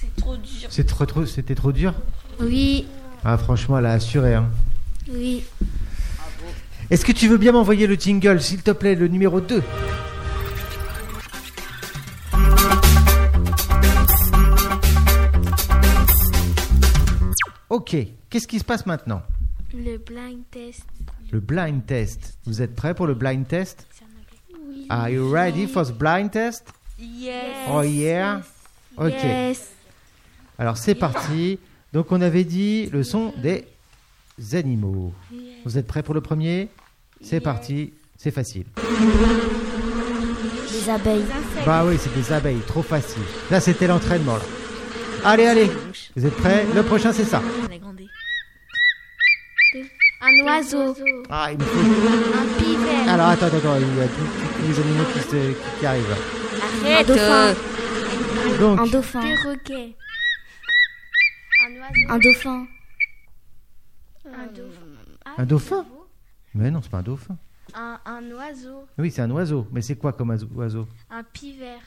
S7: C'est trop dur.
S2: C'est trop- trop- C'était trop dur.
S1: Oui,
S2: Ah franchement, elle a assuré. Hein.
S1: oui.
S2: Est-ce que tu veux bien m'envoyer le jingle, s'il te plaît, le numéro 2 Ok, qu'est-ce qui se passe maintenant
S1: Le blind test.
S2: Le blind test. Vous êtes prêts pour le blind test Are you ready for the blind test
S7: Yes.
S2: Oh yeah Ok,
S1: Yes.
S2: alors c'est parti. Donc on avait dit le son des animaux. Vous êtes prêts pour le premier C'est parti, c'est facile.
S5: Les abeilles.
S2: Bah oui, c'est des abeilles, trop facile. Là, c'était l'entraînement. là. Allez, allez. Vous êtes prêts Le prochain, c'est ça.
S3: La grande
S1: Un oiseau.
S2: Ah, il me faut...
S1: Un pivet.
S2: Alors, attends, attends, il y a tous, tous les animaux qui, se- qui- qui arrivent.
S5: Un dauphin. Un
S2: Donc,
S1: Un
S5: dauphin.
S1: perroquet.
S6: Un oiseau.
S5: Un dauphin.
S6: Un dauphin.
S2: Euh, un dauphin Mais non, c'est pas un dauphin.
S6: Un, un oiseau.
S2: Oui, c'est un oiseau. Mais c'est quoi comme oiseau- oiseau
S6: Un pivert.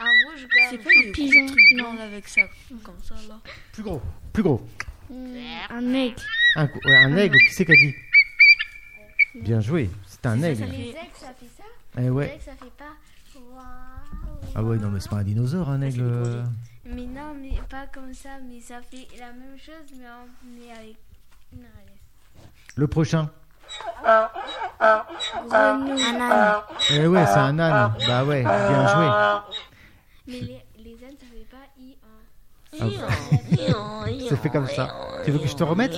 S6: Un rouge-gorge.
S3: C'est pas du
S1: pigeon,
S3: truc
S1: non.
S3: blanc avec ça, comme ça là.
S2: Plus gros. Plus gros.
S1: Un aigle.
S2: Un, co- ouais, un aigle, qui c'est qu'a dit Bien joué, c'est un
S6: Ça,
S2: aigle.
S6: les ailes, ça fait ça
S2: Eh
S6: Les
S2: ouais.
S6: ailes, ça fait pas. Waouh.
S2: Ah ouais, non, mais c'est pas un dinosaure, un aigle. euh.
S6: Mais non, mais pas comme ça, mais ça fait la même chose, mais, en- mais avec. Non, allez.
S2: Le prochain.
S6: Euh.
S5: Un âne.
S2: Eh ouais, c'est un âne. Bah ouais, bien joué.
S6: Mais les, les ânes, ça fait pas I en.
S3: Oh,
S2: Ça Ah, fait comme ça. Tu veux que je te remette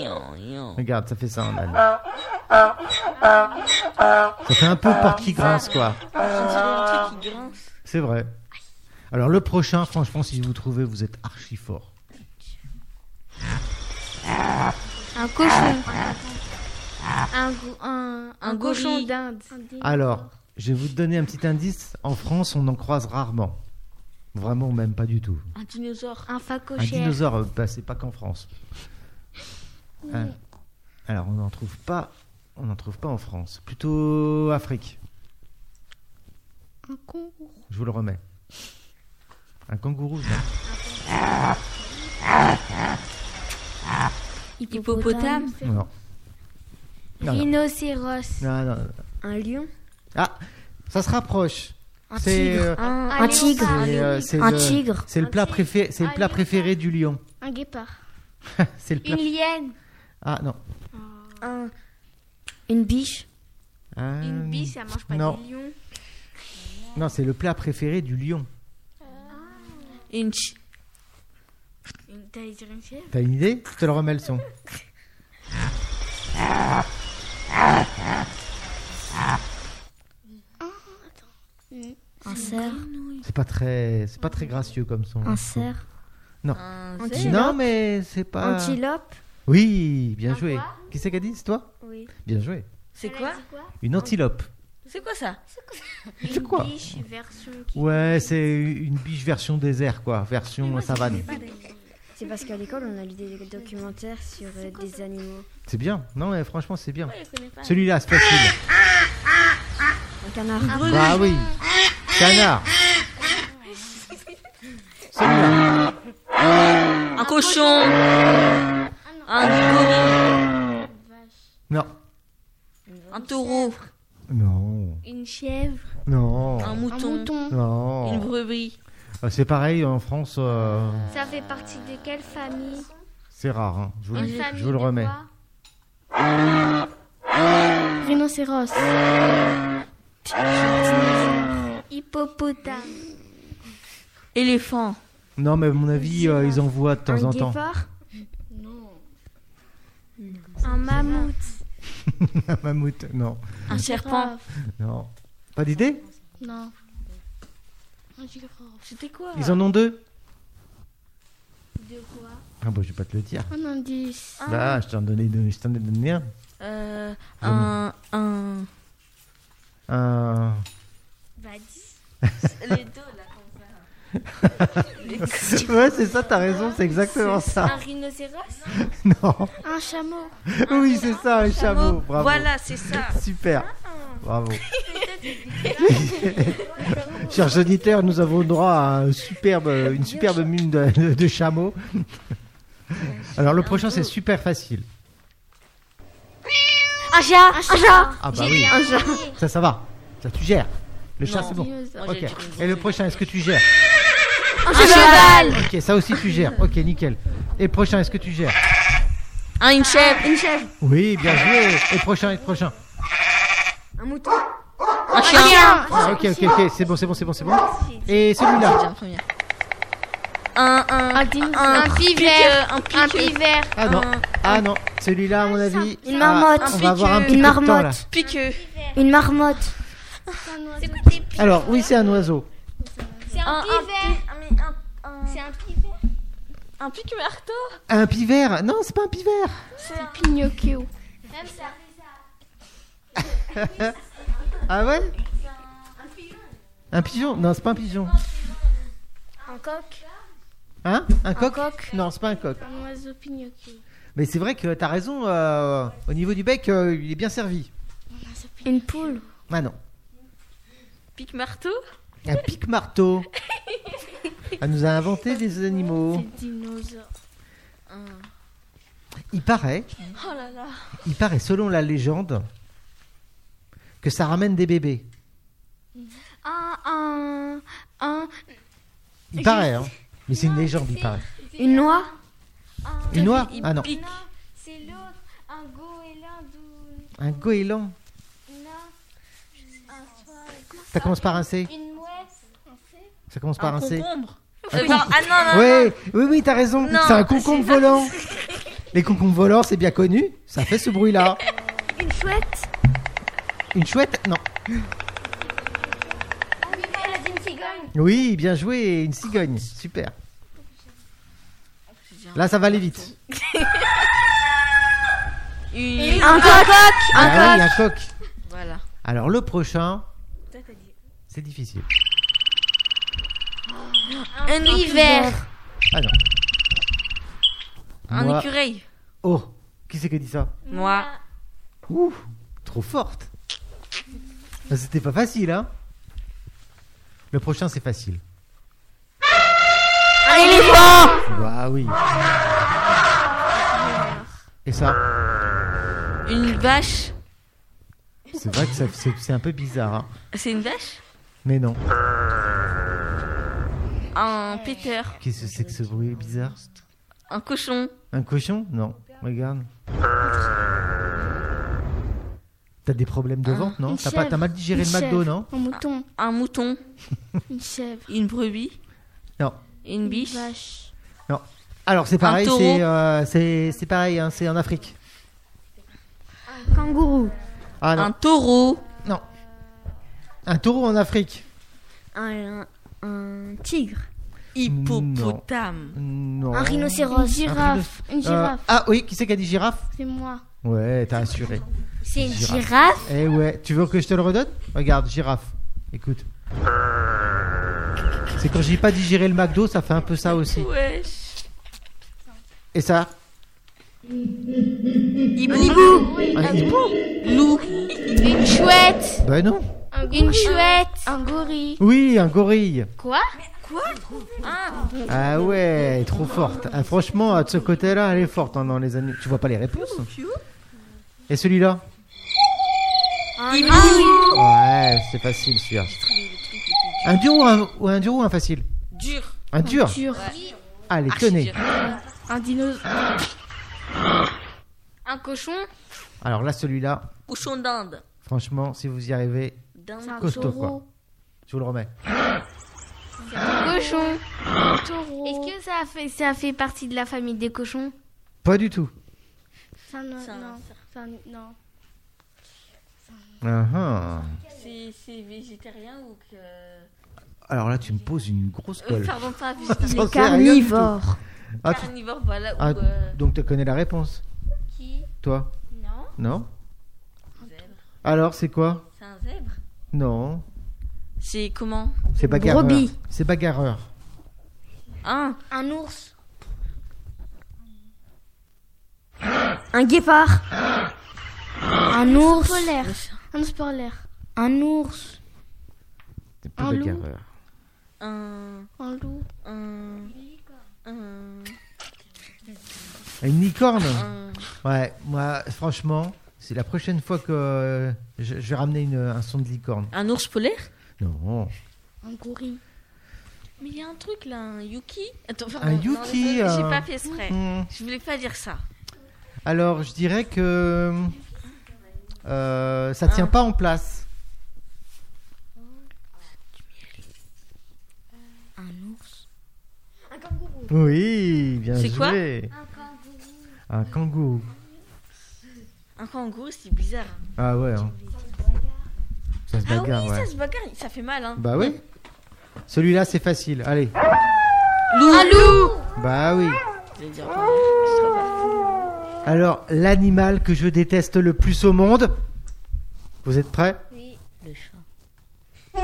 S2: Regarde, ça fait ça un âne. Ça fait un peu porc qui grince, quoi.
S3: un truc qui grince.
S2: C'est vrai. Alors le prochain, franchement, si vous trouvez, vous êtes archi fort.
S1: Un cochon.
S6: Un, go- un,
S3: Un
S6: un cochon
S3: gorille.
S6: d'Inde.
S2: Alors, je vais vous donner un petit indice. En France, on en croise rarement. Vraiment, même pas du tout.
S3: Un dinosaure.
S6: Un
S2: Un
S6: facochère.
S2: dinosaure, euh, bah, c'est pas qu'en France. Hein. Alors on n'en trouve pas, on n'en trouve pas en France, plutôt Afrique.
S1: Un kangourou.
S2: Je vous le remets. Un kangourou. non.
S3: Hippopotame.
S2: Non. Ah Non, non.
S1: Rhinocéros.
S2: Non, non, non.
S8: Un lion
S2: Ah, ça se rapproche.
S1: Un
S2: C'est
S1: tigre.
S2: euh,
S5: Un tigre.
S2: c'est, euh, c'est
S5: Ah, Un
S2: le-
S5: tigre.
S2: C'est le plat préféré, c'est le plat préféré du lion.
S1: Un guépard.
S2: c'est le plat.
S1: Une liane.
S2: Ah non.
S5: Un- Une biche.
S2: Un-
S6: Une bille, ça mange pas
S2: Euh, Non.
S6: des lions.
S2: Non, c'est le plat préféré du lion.
S3: Une chi-
S6: Une- T'allais dire une chèvre
S2: T'as une idée Je te le remets le son.
S5: Un cerf.
S2: C'est pas très, c'est pas très gracieux comme son.
S5: Un cerf.
S3: un
S5: Un
S3: zèbre.
S5: tigre.
S2: Non, mais c'est pas.
S5: Antilope.
S2: Oui, bien
S6: Un
S2: joué.
S6: quoi
S2: Qui c'est qui a dit C'est toi
S6: Oui.
S2: Bien joué.
S3: C'est
S6: Elle a
S3: quoi
S6: dit
S2: Une antilope.
S3: C'est quoi ça
S2: C'est quoi
S6: Une biche version qui.
S2: Ouais, c'est une biche version désert, quoi. Version savane.
S8: C'est parce qu'à l'école, on a lu des documentaires sur euh, des animaux.
S2: C'est bien. Non, mais franchement, c'est bien.
S6: Je connais pas.
S2: Celui-là, c'est facile.
S8: Un canard.
S6: Ah,
S2: Bah oui. Canard. Celui-là.
S3: Un cochon. Un gorille.
S2: Non.
S3: Un taureau.
S2: Non.
S6: Une chèvre.
S3: Un
S2: Non.
S1: Un
S3: mouton.
S1: mouton.
S2: Non.
S3: Une brebis.
S2: Ah, C'est pareil en France. euh,
S6: Ça fait partie de quelle famille
S2: C'est rare. hein. Je vous le-
S6: Une famille.
S2: je vous le
S6: de
S2: remets.
S6: quoi
S1: Rhinocéros.
S6: Hippopotame.
S3: Éléphant.
S2: Non, mais à mon avis, euh, ils en voient de temps en temps.
S6: Un mammouth.
S2: Un mammouth. Non.
S3: Un serpent.
S2: Non. Pas d'idée
S1: Non.
S3: C'était quoi
S2: Ils en ont deux
S6: De quoi
S2: Ah bah je vais pas te le dire.
S1: Un indice.
S2: Bah je t'en donnais deux, je t'en ai donné un.
S3: Euh, un, un.
S2: Un-
S6: Bah, dis.
S7: Les deux là, comme ça.
S3: hein.
S2: Ouais c'est ça, t'as raison, c'est exactement
S6: Un
S2: ça.
S6: rhinocéros
S2: Non.
S1: Un chameau.
S2: Oui c'est ça, un chameau. Bravo.
S3: Voilà, c'est ça.
S2: Super. Bravo. Chers auditeurs, nous avons droit à un superbe, une superbe mine de, de- de chameau. Alors le prochain c'est super facile.
S1: Un chat. Un chat.
S2: Ah bah oui. Ça ça va. Ça tu gères. Le chat c'est bon.
S3: Moi, j'ai
S2: Ok.
S3: dit une
S2: Et le prochain, est-ce que tu gères
S1: Un cheval.
S2: Ok, ça aussi tu gères. Ok, nickel. Et le prochain, est-ce que tu gères
S3: Un, une chèvre. Une chèvre.
S2: Oui, bien joué. Et le prochain, et le prochain.
S3: Un chien.
S2: Ah, ok, ok, ok, c'est bon, c'est bon, c'est bon, c'est bon. Et
S3: J'ai dit
S2: celui-là
S3: un premier. Un, un.
S1: Un dinosaure. Un pivert.
S3: Un pic.
S1: Un pivert.
S2: Ah non, ah non, celui-là à mon avis.
S5: Une
S2: ah,
S5: marmotte.
S2: on va avoir un petit
S5: Une
S2: peu de temps là.
S5: marmotte.
S3: Piqueux.
S5: Une marmotte.
S2: Alors oui, c'est un oiseau.
S6: C'est un,
S3: Un- un
S6: pivert. C'est un pivert.
S3: Un pic marteau
S2: Un pivert Non, c'est pas un pivert.
S5: Pinocchio.
S1: Même ça.
S2: Ah ouais Un pigeon Non, c'est pas un pigeon.
S5: Un coq.
S2: Hein Un coq
S5: coq.
S2: Non, c'est pas un coq.
S5: Un oiseau Pinocchio.
S2: Mais c'est vrai que t'as raison, euh, au niveau du bec, euh, il est bien servi.
S5: Une poule.
S2: Ah non.
S3: Pic marteau
S2: Un pic-marteau. Elle nous a inventé des animaux.
S5: Dinosaure.
S2: Il paraît,
S3: Oh là là.
S2: il paraît selon la légende, que ça ramène des bébés.
S1: Un, un, un,
S2: Il paraît, hein. Mais c'est une légende, il paraît.
S9: Une noix
S1: un.
S2: Une noix Ah non.
S1: Non, c'est l'autre. Un goéland ou
S2: Un goéland.
S1: une. Non. Un soir.
S2: Ça commence par un C.
S1: Une mouette.
S2: Ça commence par un C.
S3: concombre
S2: Un
S3: Euh, non, Ah non, non,
S2: Oui, oui, oui, t'as raison. C'est un concombre volant. Les concombres volants, c'est bien connu. Ça fait ce bruit-là.
S5: Une chouette.
S2: Une chouette Non.
S1: Ah oui, elle a dit une cigogne.
S2: Oui, bien joué. Une cigogne. Super. Là, ça va aller vite.
S3: Une-
S5: Un coq.
S2: Ah oui, un coq.
S3: Voilà.
S2: Alors, le prochain. C'est difficile.
S5: Un hiver.
S2: Ah non.
S3: Un
S2: Moi-
S3: écureuil.
S2: Oh, qui c'est qui a dit ça
S3: Moi.
S2: Ouh, trop forte. Ah, C'était pas facile, hein Le prochain, c'est facile. Un éléphant Bah oui. Et ça
S3: Une vache.
S2: C'est vrai que ça- c'est c'est un peu bizarre, hein.
S3: C'est une vache
S2: Mais non.
S3: Un péteur.
S2: Qu'est-ce que c'est que ce bruit bizarre
S3: Un cochon.
S2: Un cochon Non. Regarde. T'as des problèmes de ventre, non
S5: Ah, une
S2: T'as pas-
S5: chèvre.
S2: t'as mal digéré
S5: Une
S2: le McDo,
S5: chèvre.
S2: non
S5: Un mouton.
S3: Un mouton.
S5: Une chèvre.
S3: Une brebis.
S2: Non.
S3: Une biche.
S5: vache.
S2: Alors c'est pareil,
S3: taureau.
S2: c'est euh, c'est- c'est pareil, hein, c'est en Afrique.
S5: Kangourou.
S2: Ah non,
S3: Un taureau.
S2: un taureau en Afrique.
S9: un, un tigre.
S3: Hippopotame.
S2: Non.
S5: Un rhinocéros. Une
S2: girafe.
S5: Une
S2: Euh,
S5: girafe.
S2: ah oui, qui c'est qui a dit girafe
S5: C'est moi.
S2: Ouais, t'as assuré.
S5: C'est une
S2: Girafe.
S5: girafe.
S2: Eh ouais, tu veux que je te le redonne Regarde, girafe. Écoute. C'est quand j'ai pas digéré le McDo, ça fait un peu ça aussi.
S3: Wesh.
S2: Et ça
S3: Hibou.
S2: Un hibou
S3: Loup.
S5: Une chouette.
S2: Ben non.
S5: Une chouette. Un gorille.
S2: Oui, un gorille.
S5: Quoi
S2: Ah ouais, trop forte. Ah, franchement, de ce côté-là, elle est forte hein, dans les années. Tu vois pas les réponses Et celui-là Ouais, c'est facile celui-là. Un dur ou un, ou un dur ou un facile
S3: Dur.
S2: Un dur
S5: Dur.
S2: Allez, tenez.
S3: Archi-dur.
S5: Un dinosaure. Un cochon.
S2: Alors là, celui-là,
S3: Cochon d'Inde.
S2: franchement, si vous y arrivez,
S3: D'Inde.
S2: costaud quoi. Je vous le remets.
S5: Cochon.
S1: Est-ce que ça fait, ça fait partie de la famille des cochons
S2: Pas du tout.
S5: Ça, non,
S3: C'est un-
S5: non. Ça, non.
S2: Ah, ah.
S3: C'est c'est végétarien ou que. Euh,
S2: Alors là, tu me poses une grosse colle.
S3: pardon, pas végétarien.
S2: J'en sais rien du tout. Ah, tu-
S3: Carnivore, voilà.
S2: ah,
S3: Ou. euh,
S2: donc tu connais la réponse
S1: Qui
S2: Toi
S1: Non.
S2: Non
S3: zèbre.
S2: Alors, c'est quoi
S3: C'est un zèbre
S2: Non.
S3: C'est comment
S2: C'est bagarreur.
S5: Brebis.
S2: C'est bagarreur.
S3: Un.
S5: Un ours.
S9: Un guépard.
S5: Un ours. Polaire.
S3: Le chien.
S5: Un ours polaire. Un ours.
S2: C'est pas
S5: Un loup.
S2: bagarreur.
S3: Un.
S5: Un loup.
S3: Un. Un.
S2: Une licorne
S3: Un.
S2: Ouais, moi, franchement, c'est la prochaine fois que euh, je, je vais ramener une- un son de licorne.
S3: Un ours polaire
S2: Non.
S5: Un gorille.
S3: Mais il y a un truc là, un Yuki. Attends,
S2: Un Yuki,
S3: non, J'ai
S2: euh,
S3: pas fait exprès.
S2: Hmm.
S3: Je voulais pas dire ça.
S2: Alors, je dirais que euh, ça tient
S3: Un.
S2: pas en place. Un ours. Un kangourou. Oui, bien
S3: C'est quoi
S2: joué. un kangourou. Un kangourou.
S3: Un kangourou, c'est bizarre.
S2: Ah ouais. hein. Ça se
S3: Ah
S2: bagarre,
S3: oui,
S2: ouais.
S3: ça se bagarre, ça fait mal. Hein.
S2: Bah
S7: Ah,
S2: oui. Celui-là, c'est facile. Allez.
S3: Loup.
S2: Bah oui.
S3: Je vais dire pas mal. Je suis trop forte.
S2: Alors, l'animal que je déteste le plus au monde. Vous êtes prêts
S7: Le chat.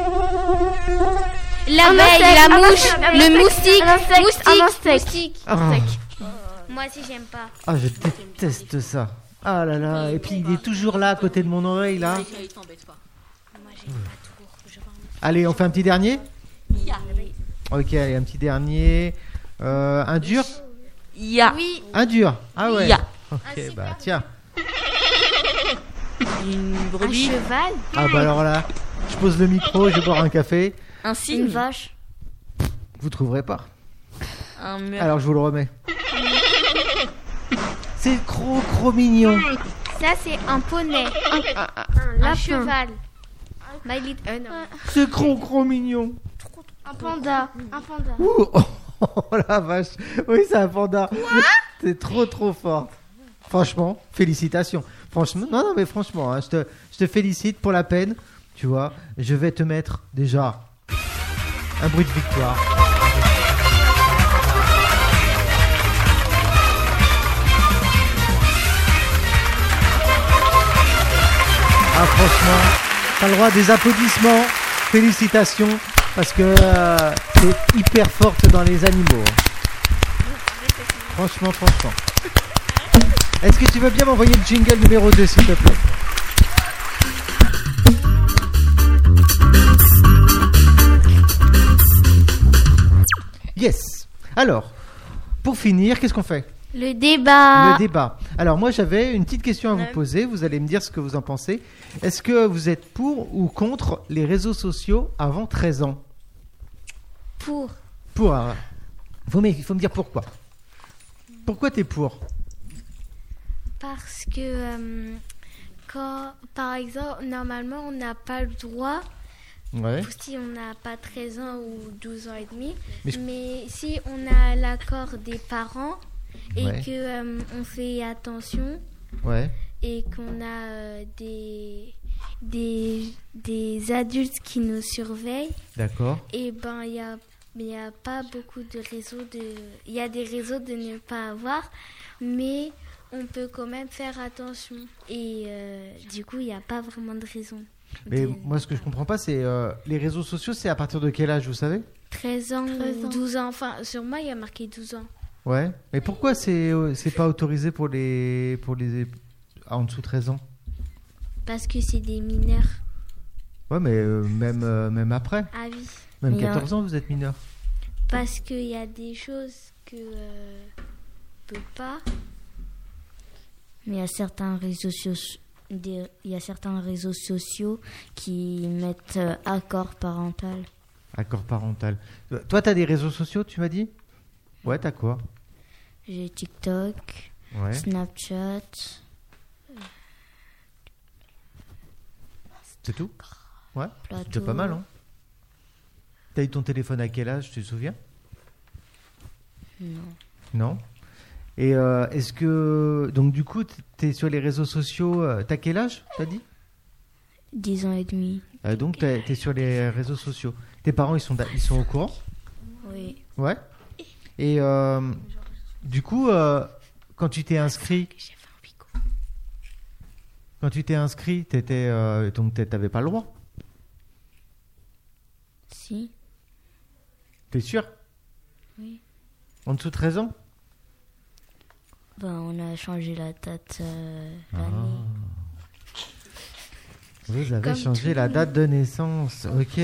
S6: L'abeille, la mouche, le moustique, moustique,
S2: Ah,
S6: Moi aussi, j'aime pas.
S2: ah, je déteste ça. Ah là là, et puis il est toujours là à côté de mon oreille là.
S3: Le chat, il t'embête pas.
S2: Allez, on fait un petit dernier Ok, allez, un petit dernier. Euh, un dur
S7: Ya.
S6: Oui,
S2: Un dur Ah ouais
S7: Ya.
S2: Ok, bah tiens.
S7: Une
S1: Un
S7: brebis.
S1: cheval
S2: Ah bah alors là, je pose le micro, je vais boire un café.
S7: Un
S5: Une
S7: cygne.
S5: vache
S2: Vous trouverez pas.
S7: Un mur.
S2: Alors je vous le remets. C'est trop, trop mignon.
S6: ça c'est un poney,
S1: Un Bah,
S6: un
S1: lapin.
S6: cheval. My little- euh, non.
S2: C'est trop, trop mignon.
S6: Un panda, un panda.
S2: Ouh, oh, oh, la vache. Oui, c'est un panda. C'est trop, trop fort. Franchement, félicitations. Franchement, non, non, mais franchement, hein, je, te, je te félicite pour la peine. Tu vois, je vais te mettre déjà un bruit de victoire. Ah, franchement, t'as le droit à des applaudissements. Félicitations, parce que euh, t'es hyper forte dans les animaux. hein. Franchement, franchement. Est-ce que tu veux bien m'envoyer le jingle numéro 2, s'il te plaît Yes. Alors, pour finir, qu'est-ce qu'on fait
S1: Le débat.
S5: Ah.
S2: le débat. Alors moi j'avais une petite question à vous poser, vous allez me dire ce que vous en pensez. Est-ce que vous êtes pour ou contre les réseaux sociaux avant 13 ans
S1: Pour.
S2: Pour. hein. Faut me- Il faut me dire pourquoi. Pourquoi t'es pour
S1: Parce que, euh, quand, par exemple, normalement, on n'a pas le droit,
S2: Ouais.
S1: si on n'a pas 13 ans ou 12 ans et demi,
S2: Mais
S1: mais,
S2: je-
S1: si on a l'accord des parents et
S2: Ouais.
S1: que euh, on fait attention
S2: Ouais.
S1: et qu'on a euh, des, des, des adultes qui nous surveillent,
S2: D'accord.
S1: et ben il y a il y a pas beaucoup de réseaux de il y a des réseaux de ne pas avoir mais on peut quand même faire attention et euh, du coup il n'y a pas vraiment de raison.
S2: Mais
S1: De-
S2: moi ce que je comprends pas c'est euh, les réseaux sociaux c'est à partir de quel âge vous savez
S1: 13 ans
S8: 13
S1: ou
S8: ans.
S1: 12 ans enfin sur moi il y a marqué 12 ans.
S2: Ouais. Mais pourquoi c'est euh, c'est pas autorisé pour les pour les en dessous de 13 ans
S1: Parce que c'est des mineurs
S2: Ouais mais euh, même euh, même après,
S1: à vie.
S2: même
S5: Mais, euh,
S2: 14 ans vous êtes mineur.
S1: Parce qu'il y a des choses que euh, on peut pas.
S5: Mais il y a certains réseaux sociaux, des- il y a certains réseaux sociaux qui mettent euh, accord parental.
S2: Accord parental. Euh, Toi, t'as des réseaux sociaux, tu m'as dit Ouais, t'as quoi
S5: J'ai TikTok,
S2: Ouais.
S5: Snapchat,
S2: C'est tout Ouais.
S5: Plateau.
S2: C'est déjà pas mal, hein T'as eu ton téléphone à quel âge, tu te souviens
S5: non.
S2: Non. Et euh, est-ce que. Donc, du coup, t- t'es sur les réseaux sociaux. euh, T'as quel âge, t'as dit
S5: 10 ans et demi.
S2: Euh, Donc, t'es t'es sur les réseaux sociaux. Tes parents, ils sont, d'a- ils sont au courant
S5: Oui.
S2: Ouais. Et euh, du coup, euh, quand tu t'es inscrit. Quand tu t'es inscrit, t'étais, euh, donc t'es- t'avais pas le droit.
S5: Si.
S2: T'es sûr
S5: Oui.
S2: En dessous de 13 ans
S5: Ben, on a changé la date euh,
S2: Ah.
S5: l'année.
S2: Vous avez changé la date de naissance. Ok.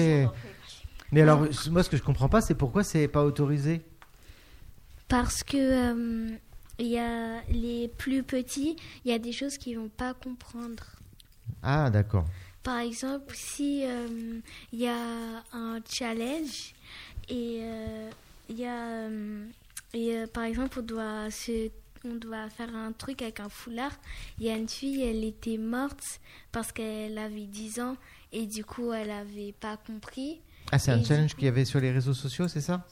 S2: Mais alors, c- moi, ce que je comprends pas, c'est pourquoi c'est pas autorisé.
S1: Parce que euh, il y a les plus petits, il y a des choses qu'ils vont pas comprendre.
S2: Ah, d'accord.
S1: Par exemple, si euh, il y a un challenge et euh, il y a euh, et, euh, par exemple on doit se on doit faire un truc avec un foulard. Il y a une fille, elle était morte parce qu'elle avait 10 ans et du coup elle avait pas compris.
S2: Ah, c'est un
S1: Et-
S2: challenge qu'il y avait sur les réseaux sociaux, c'est ça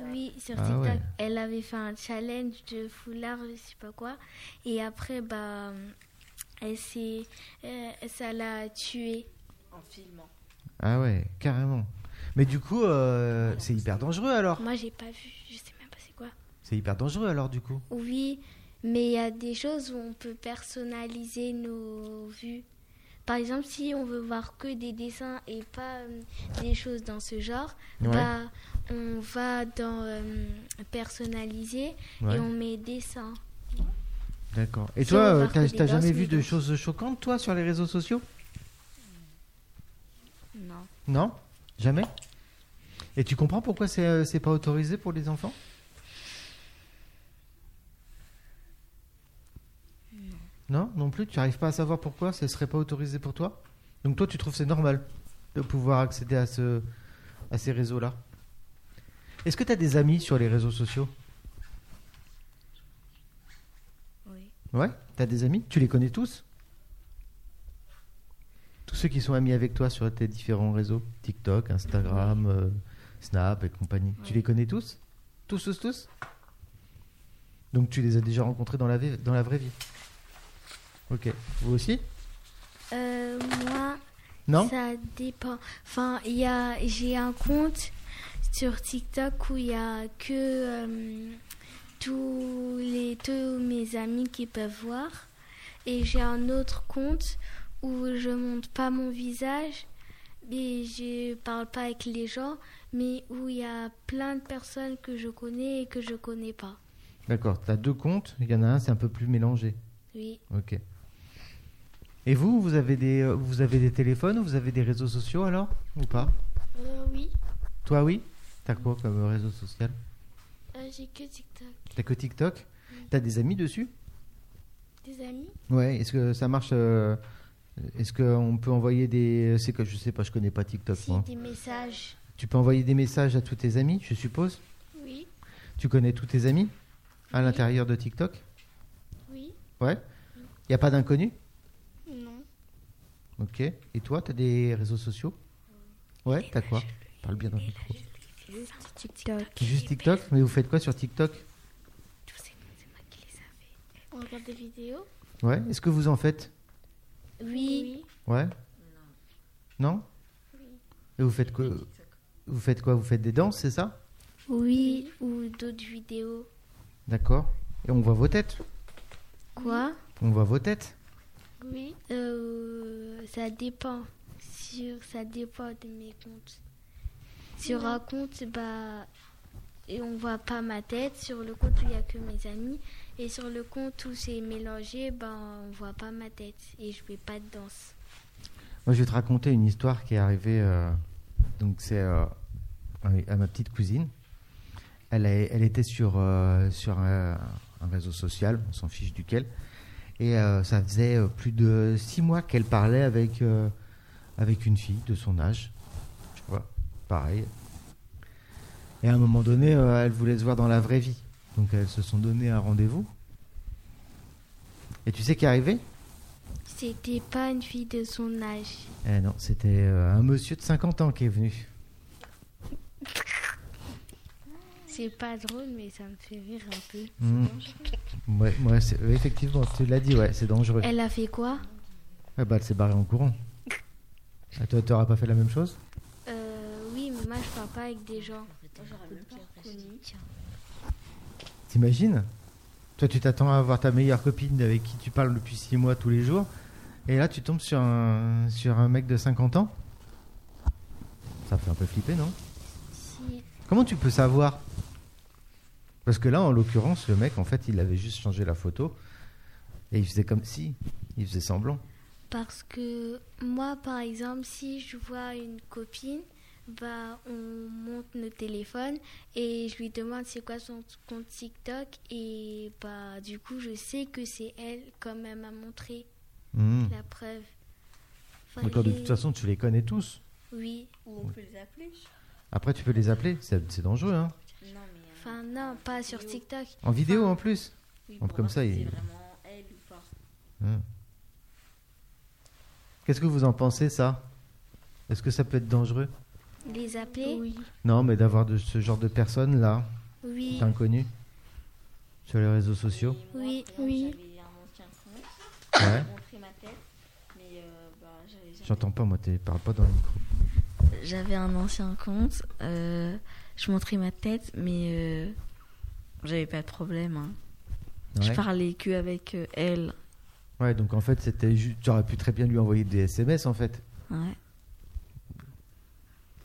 S1: Oui, sur
S2: Ah
S1: TikTok,
S2: ouais.
S1: elle avait fait un challenge de foulard, je sais pas quoi. Et après, bah, elle s'est, euh, ça l'a tuée.
S7: En filmant.
S2: Ah ouais, carrément. Mais du coup, euh, c'est hyper dangereux alors.
S1: Moi, j'ai pas vu, je sais même pas c'est quoi.
S2: C'est- C'est hyper dangereux alors du coup.
S1: Oui, mais il y a des choses où on peut personnaliser nos vues. Par exemple, si on veut voir que des dessins et pas euh, des choses dans ce genre,
S2: Ouais.
S1: bah, on va dans euh, personnaliser
S2: Ouais.
S1: et on met dessin.
S2: D'accord. Et
S1: Si
S2: toi,
S1: on
S2: euh,
S1: remarque
S2: t'as
S1: des
S2: t'as
S1: gosses,
S2: jamais
S1: mais
S2: vu de
S1: bon.
S2: choses choquantes toi sur les réseaux sociaux
S3: Non.
S2: Non, jamais. Et tu comprends pourquoi c'est euh, c'est pas autorisé pour les enfants Non, non plus. Tu n'arrives pas à savoir pourquoi ce serait pas autorisé pour toi. Donc toi, tu trouves c'est normal de pouvoir accéder à ce à ces réseaux-là. Est-ce que tu as des amis sur les réseaux sociaux
S3: Oui.
S2: Ouais, t'as des amis Tu les connais tous Tous ceux qui sont amis avec toi sur tes différents réseaux TikTok, Instagram, euh, Snap et compagnie. Tu
S3: Ouais.
S2: les connais tous Tous, tous, tous Donc tu les as déjà rencontrés dans la, vie- dans la vraie vie Ok. Vous aussi
S1: Euh, moi,
S2: Non
S1: Ça dépend. Enfin, il y a, j'ai un compte sur TikTok où il y a que euh, tous les tous mes amis qui peuvent voir, et j'ai un autre compte où je montre pas mon visage et je parle pas avec les gens, mais où il y a plein de personnes que je connais et que je connais pas.
S2: D'accord, t'as deux comptes. Il y en a un, c'est un peu plus mélangé.
S1: Oui.
S2: Ok. Et vous, vous avez des, euh, vous avez des téléphones ou vous avez des réseaux sociaux alors Ou pas
S1: oui.
S2: Toi, oui T'as quoi comme réseau social
S1: Ah, j'ai que TikTok.
S2: T'as que TikTok T'as des amis dessus
S1: Des amis.
S2: Ouais, est-ce que ça marche euh, Est-ce qu'on peut envoyer des. euh, C'est que je sais pas, je connais pas TikTok. moi.
S1: des messages.
S2: Tu peux envoyer des messages à tous tes amis, je suppose
S1: Oui.
S2: Tu connais tous tes amis à l'intérieur de TikTok
S1: Oui.
S2: Ouais Y a pas d'inconnus
S1: Non.
S2: Ok. Et toi, t'as des réseaux sociaux Ouais, t'as quoi Parle bien dans le micro.
S8: TikTok.
S2: Juste TikTok Mais vous faites quoi sur TikTok
S1: On regarde des vidéos.
S2: Ouais. Est-ce que vous en faites
S1: Oui.
S2: Ouais Non. Et vous faites quoi Vous faites quoi Vous faites des danses, c'est ça
S1: Oui, ou d'autres vidéos.
S2: D'accord. Et on voit vos têtes.
S1: Quoi
S2: On voit vos têtes.
S1: Oui. Euh, ça dépend. Sur, ça dépend de mes comptes. Sur un compte, bah, et on voit pas ma tête. Sur le compte où il n'y a que mes amis. Et sur le compte où c'est mélangé, bah, on voit pas ma tête. Et je fais pas de danse.
S2: Moi, je vais te raconter une histoire qui est arrivée. euh, donc, c'est euh, à ma petite cousine. Elle, a- elle était sur, euh, sur un, un réseau social, on s'en fiche duquel. Et euh, ça faisait euh, plus de six mois qu'elle parlait avec, euh, avec une fille de son âge. Tu vois, pareil. Et à un moment donné, euh, elle voulait se voir dans la vraie vie. Donc, elles se sont donné un rendez-vous. Et tu sais qui est arrivé
S1: C'était pas une fille de son âge.
S2: eh non, c'était euh, un monsieur de 50 ans qui est venu.
S1: C'est pas drôle, mais ça me fait rire un peu.
S2: Mm. Ouais, ouais, c'est- ouais, effectivement, tu l'as dit, ouais, c'est dangereux.
S1: Elle a fait quoi
S2: Ah bah, elle s'est barrée en courant. Ah, toi, t'auras pas fait la même chose
S1: euh, Oui, mais moi je parle pas avec des gens.
S2: T'imagines Toi, tu t'attends à avoir ta meilleure copine avec qui tu parles depuis 6 mois tous les jours. Et là, tu tombes sur un, sur un mec de 50 ans. Ça fait un peu flipper, non
S1: Si.
S2: Comment tu peux savoir Parce que là, en l'occurrence, le mec, en fait, il avait juste changé la photo. Et il faisait comme si. Il faisait semblant.
S1: Parce que moi, par exemple, si je vois une copine, bah, on monte nos téléphones et je lui demande c'est quoi son compte TikTok et bah, du coup, je sais que c'est elle comme elle m'a montré
S2: Mm.
S1: la preuve. Enfin,
S2: Mais toi, de
S1: les-
S2: toute façon, tu les connais tous.
S1: Oui.
S7: Ou on peut les appeler
S2: Après, tu peux les appeler. C'est c'est dangereux, hein.
S7: Non, mais. euh,
S1: Enfin, non, pas sur TikTok.
S2: En vidéo, en plus.
S7: oui,
S2: on-
S7: pour
S2: comme
S7: voir
S2: ça,
S7: si
S2: il-
S7: c'est vraiment elle ou pas.
S2: Hein. Qu'est-ce que vous en pensez, ça Est-ce que ça peut être dangereux
S1: Les appeler Oui.
S2: Non, mais d'avoir de ce genre de personnes, là,
S1: Oui.
S2: d'inconnus, sur les réseaux sociaux.
S7: Et moi,
S1: Oui,
S7: par exemple,
S1: oui.
S7: J'avais un ancien compte,
S2: Ouais.
S7: montré ma tête, mais euh, bah, j'avais jamais-
S2: J'entends pas, moi, tu parles pas dans le micro.
S3: J'avais un ancien compte. euh, je montrais ma tête, mais euh, J'avais pas de problème. hein. Je
S2: Ouais.
S3: parlais que avec euh, elle.
S2: Ouais, donc en fait, c'était ju- tu aurais pu très bien lui envoyer des SMS en fait.
S3: Ouais.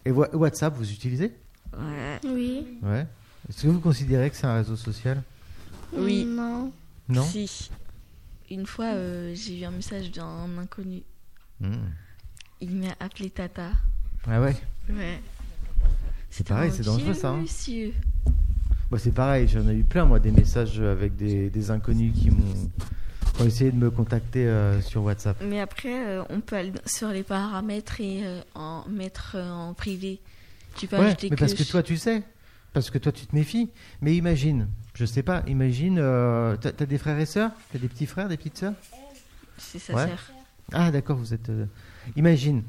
S2: Et Wa- WhatsApp, vous utilisez
S3: Ouais.
S1: Oui.
S2: Ouais. Est-ce que vous considérez que c'est un réseau social
S3: Oui.
S1: Non.
S2: Non
S3: Si. Une fois, euh, j'ai eu un message d'un inconnu.
S2: Hmm.
S3: Il m'a appelé Tata.
S2: Ah ouais.
S3: Ouais. C'était
S2: pareil,
S3: un
S2: c'est dangereux,
S3: vieux
S2: ça, hein.
S3: monsieur.
S2: Bah, c'est pareil, j'en ai eu plein, moi, des messages avec des, des inconnus qui m'ont qui ont essayé de me contacter euh, sur WhatsApp.
S3: Mais après, euh, on peut aller sur les paramètres et euh, en mettre euh, en privé. Tu peux
S2: ouais,
S3: ajouter
S2: mais parce que
S3: je-
S2: toi, tu sais, parce que toi, tu te méfies. Mais imagine, je sais pas, imagine, euh, t'as t'as des frères et sœurs T'as des petits frères, des petites sœurs
S3: C'est sa
S2: Ouais.
S3: sœur.
S2: Ah, d'accord, vous êtes. euh, Imagine,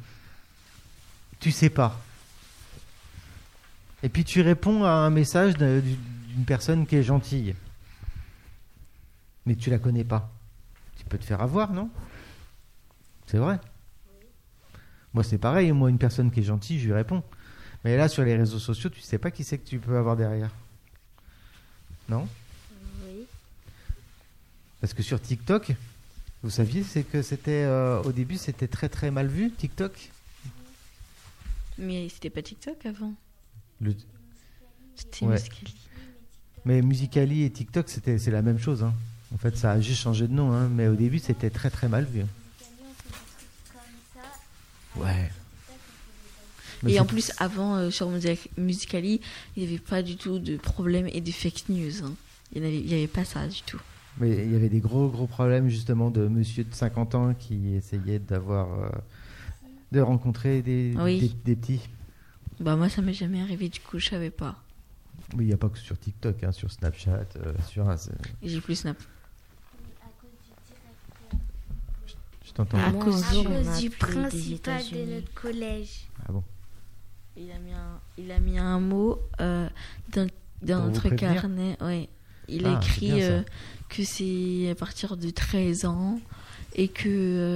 S2: tu sais pas. Et puis tu réponds à un message d'un- d'une personne qui est gentille. Mais tu la connais pas. Tu peux te faire avoir, non C'est vrai. Moi, c'est pareil. Moi, une personne qui est gentille, je lui réponds. Mais là, sur les réseaux sociaux, tu sais pas qui c'est que tu peux avoir derrière. Non
S5: Oui.
S2: Parce que sur TikTok, vous saviez, c'est que c'était euh, au début, c'était très très mal vu TikTok.
S3: Mais c'était pas TikTok avant.
S2: Le-
S3: C'était
S2: Ouais.
S3: Muscali.
S2: Mais Musicali et TikTok, c'était c'est la même chose. hein. En fait, ça a juste changé de nom, hein, mais au début, c'était très très mal vu. hein. Ouais. Mais
S3: Et
S2: c'est-
S3: en plus, avant, euh, sur Music- Musicali, il n'y avait pas du tout de problème et de fake news. hein. Il n'y avait, il y avait pas ça du tout.
S2: Mais il y avait des gros gros problèmes justement de monsieur de 50 ans qui essayait d'avoir euh, de rencontrer des,
S3: Oui.
S2: des, des petits.
S3: Bah moi, ça m'est jamais arrivé, du coup, je savais pas.
S2: Mais il n'y a pas que sur TikTok, hein, sur Snapchat, euh, sur. un-
S3: Et J'ai plus Snap.
S2: Je t'entends.
S3: Ah.
S5: Moi,
S3: cause
S5: un
S3: du-
S5: jour, on
S1: cause
S5: a
S1: du
S5: appelé des
S1: principal de
S5: États-Unis.
S1: notre collège.
S2: Ah bon.
S3: Il a mis un, il a mis un mot euh, dans, dans
S2: Pour vous
S3: notre
S2: prévenir
S3: carnet. Ouais. Il
S2: Ah,
S3: a
S2: c'est
S3: écrit
S2: bien, ça.
S3: euh, que c'est à partir de 13 ans et que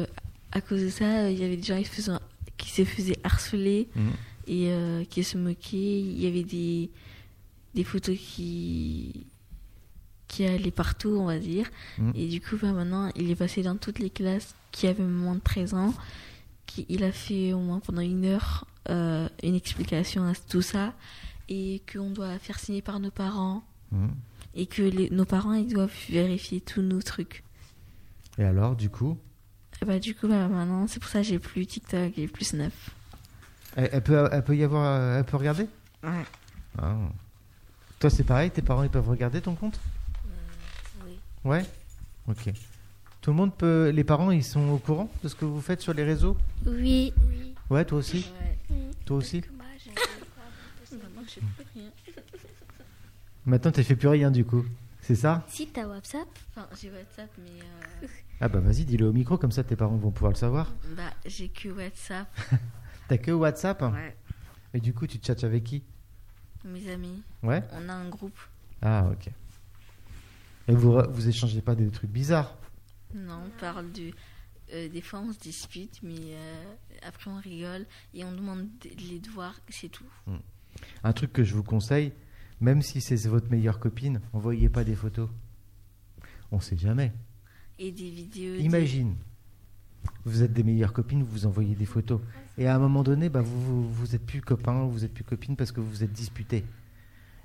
S3: euh, à cause de ça, euh, il y avait des gens qui se faisaient, qui se faisaient harceler
S2: Mhm.
S3: et euh, qui se moquaient. Il y avait des, des photos qui, qui allaient partout, on va dire.
S2: Mhm.
S3: Et du coup, bah, maintenant, il est passé dans toutes les classes qui avaient moins de 13 ans. Qui, il a fait au moins pendant une heure euh, une explication à tout ça et qu'on doit faire signer par nos parents
S2: Mhm.
S3: et que les- nos parents ils doivent vérifier tous nos trucs.
S2: Et alors, du coup,
S3: Et bah du coup bah, maintenant c'est pour ça que j'ai plus TikTok et plus Snap.
S2: elle, elle peut, elle peut y avoir, euh, elle peut regarder.
S3: Ouais.
S2: Ah. Toi, c'est pareil, tes parents ils peuvent regarder ton compte
S5: oui.
S2: Ouais. Ok. Tout le monde peut. Les parents, ils sont au courant de ce que vous faites sur les réseaux
S1: Oui.
S2: Ouais, toi aussi Toi aussi
S3: Bah,
S2: Maintenant, tu fais plus rien du coup. C'est ça
S1: Si t'as WhatsApp,
S3: Enfin j'ai WhatsApp mais euh,
S2: Ah bah vas-y, dis-le au micro, comme ça tes parents vont pouvoir le savoir.
S3: bah j'ai que WhatsApp.
S2: T'as que WhatsApp hein
S3: Ouais.
S2: Et du coup, tu chattes avec qui
S3: Mes amis,
S2: Ouais
S3: on a un groupe.
S2: Ah, ok. Et vous, vous échangez pas des trucs bizarres
S3: Non, on parle du. euh, des fois, on se dispute, mais euh, après, on rigole et on demande d- les devoirs, c'est tout.
S2: Un truc que je vous conseille, même si c'est votre meilleure copine, envoyez pas des photos. On sait jamais.
S3: Et des vidéos. des-
S2: Imagine, vous êtes des meilleures copines, vous vous envoyez des photos. Et à un moment donné, bah, vous, vous, vous êtes plus copains, vous êtes plus copines parce que vous vous êtes disputés.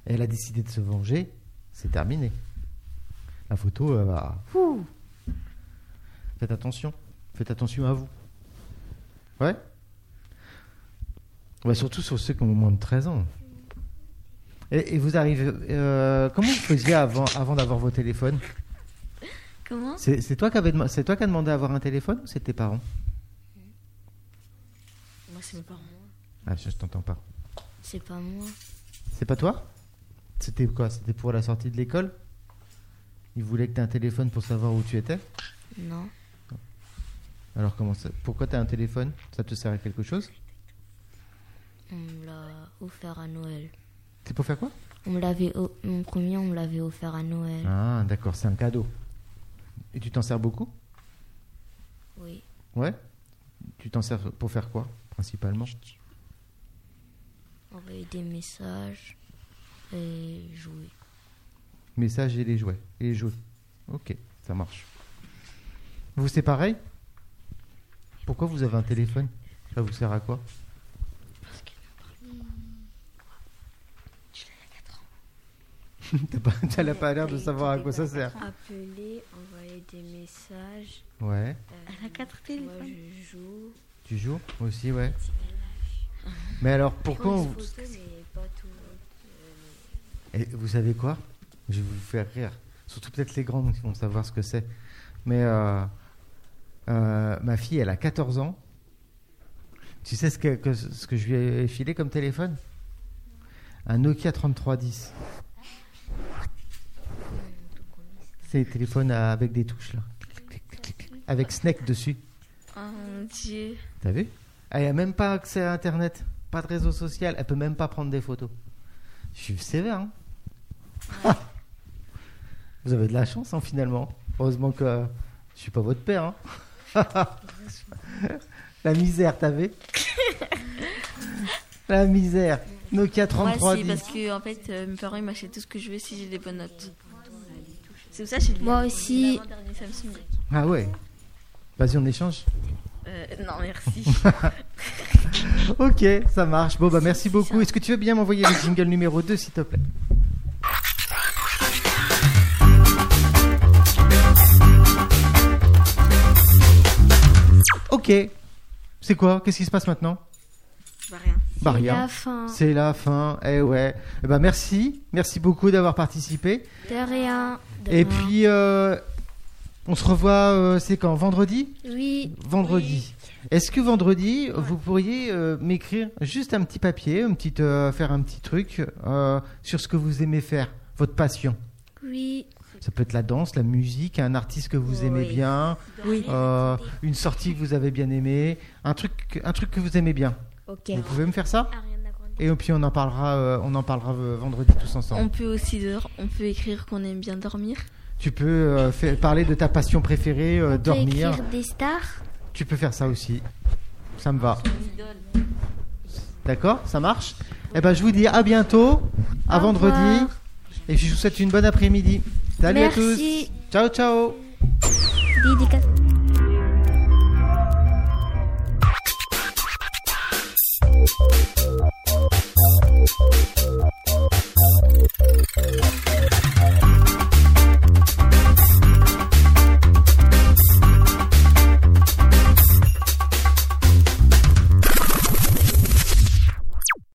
S2: Elle a décidé de se venger, c'est terminé. La photo, elle va. Ouh. Faites attention, faites attention à vous. Ouais Ouais, Surtout sur ceux qui ont moins de 13 ans. Et, et vous arrivez. euh, comment vous faisiez avant, avant d'avoir vos téléphones
S3: Comment
S2: c'est c'est toi qui avais dema- c'est toi qui as demandé à avoir un téléphone ou c'est tes parents
S3: Moi, c'est mes parents.
S2: Ah, je, je t'entends pas.
S5: C'est pas moi.
S2: C'est pas toi C'était quoi C'était pour la sortie de l'école Ils voulaient que tu aies un téléphone pour savoir où tu étais
S5: Non.
S2: Alors comment ça Pourquoi tu as un téléphone Ça te sert à quelque chose
S5: On me l'a offert à Noël.
S2: C'est pour faire quoi
S5: On me l'avait. o- Mon premier, on me l'avait offert à Noël.
S2: Ah, d'accord, c'est un cadeau. Et tu t'en sers beaucoup
S5: Oui.
S2: Ouais Tu t'en sers pour faire quoi principalement
S5: Envoyer des messages et jouer.
S2: Mais ça, j'ai les jouets et les jaunes. Ok, ça marche. Vous, c'est pareil Pourquoi vous avez un téléphone Ça vous sert à quoi
S5: Hmm.
S2: T'as pas- T'as la pas l'air de savoir à quoi ça sert.
S5: Appeler, envoyer des messages.
S2: Ouais,
S3: Elle a quatre
S5: Moi,
S3: téléphones.
S5: je joue.
S2: tu joues aussi, ouais. Mais alors, pourquoi
S5: Prendre
S2: on-
S5: des photos, mais pas tout.
S2: Et vous savez quoi Je vais vous faire rire. Surtout peut-être les grandes qui vont savoir ce que c'est. Mais euh, euh, ma fille, elle a 14 ans. Tu sais ce que, que- ce que je lui ai filé comme téléphone Un Nokia 3310. C'est les téléphones à- avec des touches là. Avec Snake dessus.
S3: Oh mon dieu.
S2: T'as vu Elle n'a même pas accès à Internet, pas de réseau social, elle peut même pas prendre des photos. Je suis sévère, hein Vous avez de la chance, hein, finalement. Heureusement que euh, je suis pas votre père, hein La misère, t'as vu La misère. Nokia
S3: Moi, si,
S2: 3310.
S3: parce que en fait, euh, mes parents ils m'achètent tout ce que je veux si j'ai des bonnes notes. C'est pour ça que j'ai
S1: Moi
S3: le-
S1: aussi.
S3: l'avant-dernier Samsung.
S2: Ah ouais Vas-y, on échange.
S3: Euh, non, merci.
S2: Ok, ça marche. Bon, bah merci beaucoup. Est-ce que tu veux bien m'envoyer le jingle numéro 2, s'il te plaît Ok. C'est quoi Qu'est-ce qui se passe maintenant
S7: Bah rien.
S2: Bah
S1: C'est
S2: rien.
S1: la fin.
S2: C'est la fin. Eh ouais. Eh bah merci. Merci beaucoup d'avoir participé.
S1: De rien.
S2: Et puis, euh, on se revoit, euh, c'est quand Vendredi
S1: Oui,
S2: vendredi. Est-ce que vendredi, vous pourriez euh, m'écrire juste un petit papier, un petit, euh, faire un petit truc euh, sur ce que vous aimez faire, votre passion
S1: oui,
S2: Ça peut être la danse, la musique, un artiste que vous aimez
S7: Oui.
S2: bien,
S7: Oui.
S2: euh, une sortie que vous avez bien aimée, un truc, un truc que vous aimez bien.
S5: Ok.
S2: Vous pouvez me faire ça
S6: Ariana Grande.
S2: Et puis on en parlera, euh, on en parlera euh, vendredi tous
S3: on
S2: ensemble.
S3: peut aussi dehors, on peut écrire qu'on aime bien dormir.
S2: Tu peux euh, faire- parler de ta passion préférée, euh,
S1: on peut
S2: dormir.
S1: écrire des stars.
S2: Tu peux faire ça aussi. Ça me va. D'accord Ça marche Eh ben, je vous dis à bientôt, à
S1: Au
S2: vendredi.
S1: revoir.
S2: Et puis, je vous souhaite une bonne après-midi. Salut
S1: Merci.
S2: à tous. Ciao, ciao.
S1: Dédicace.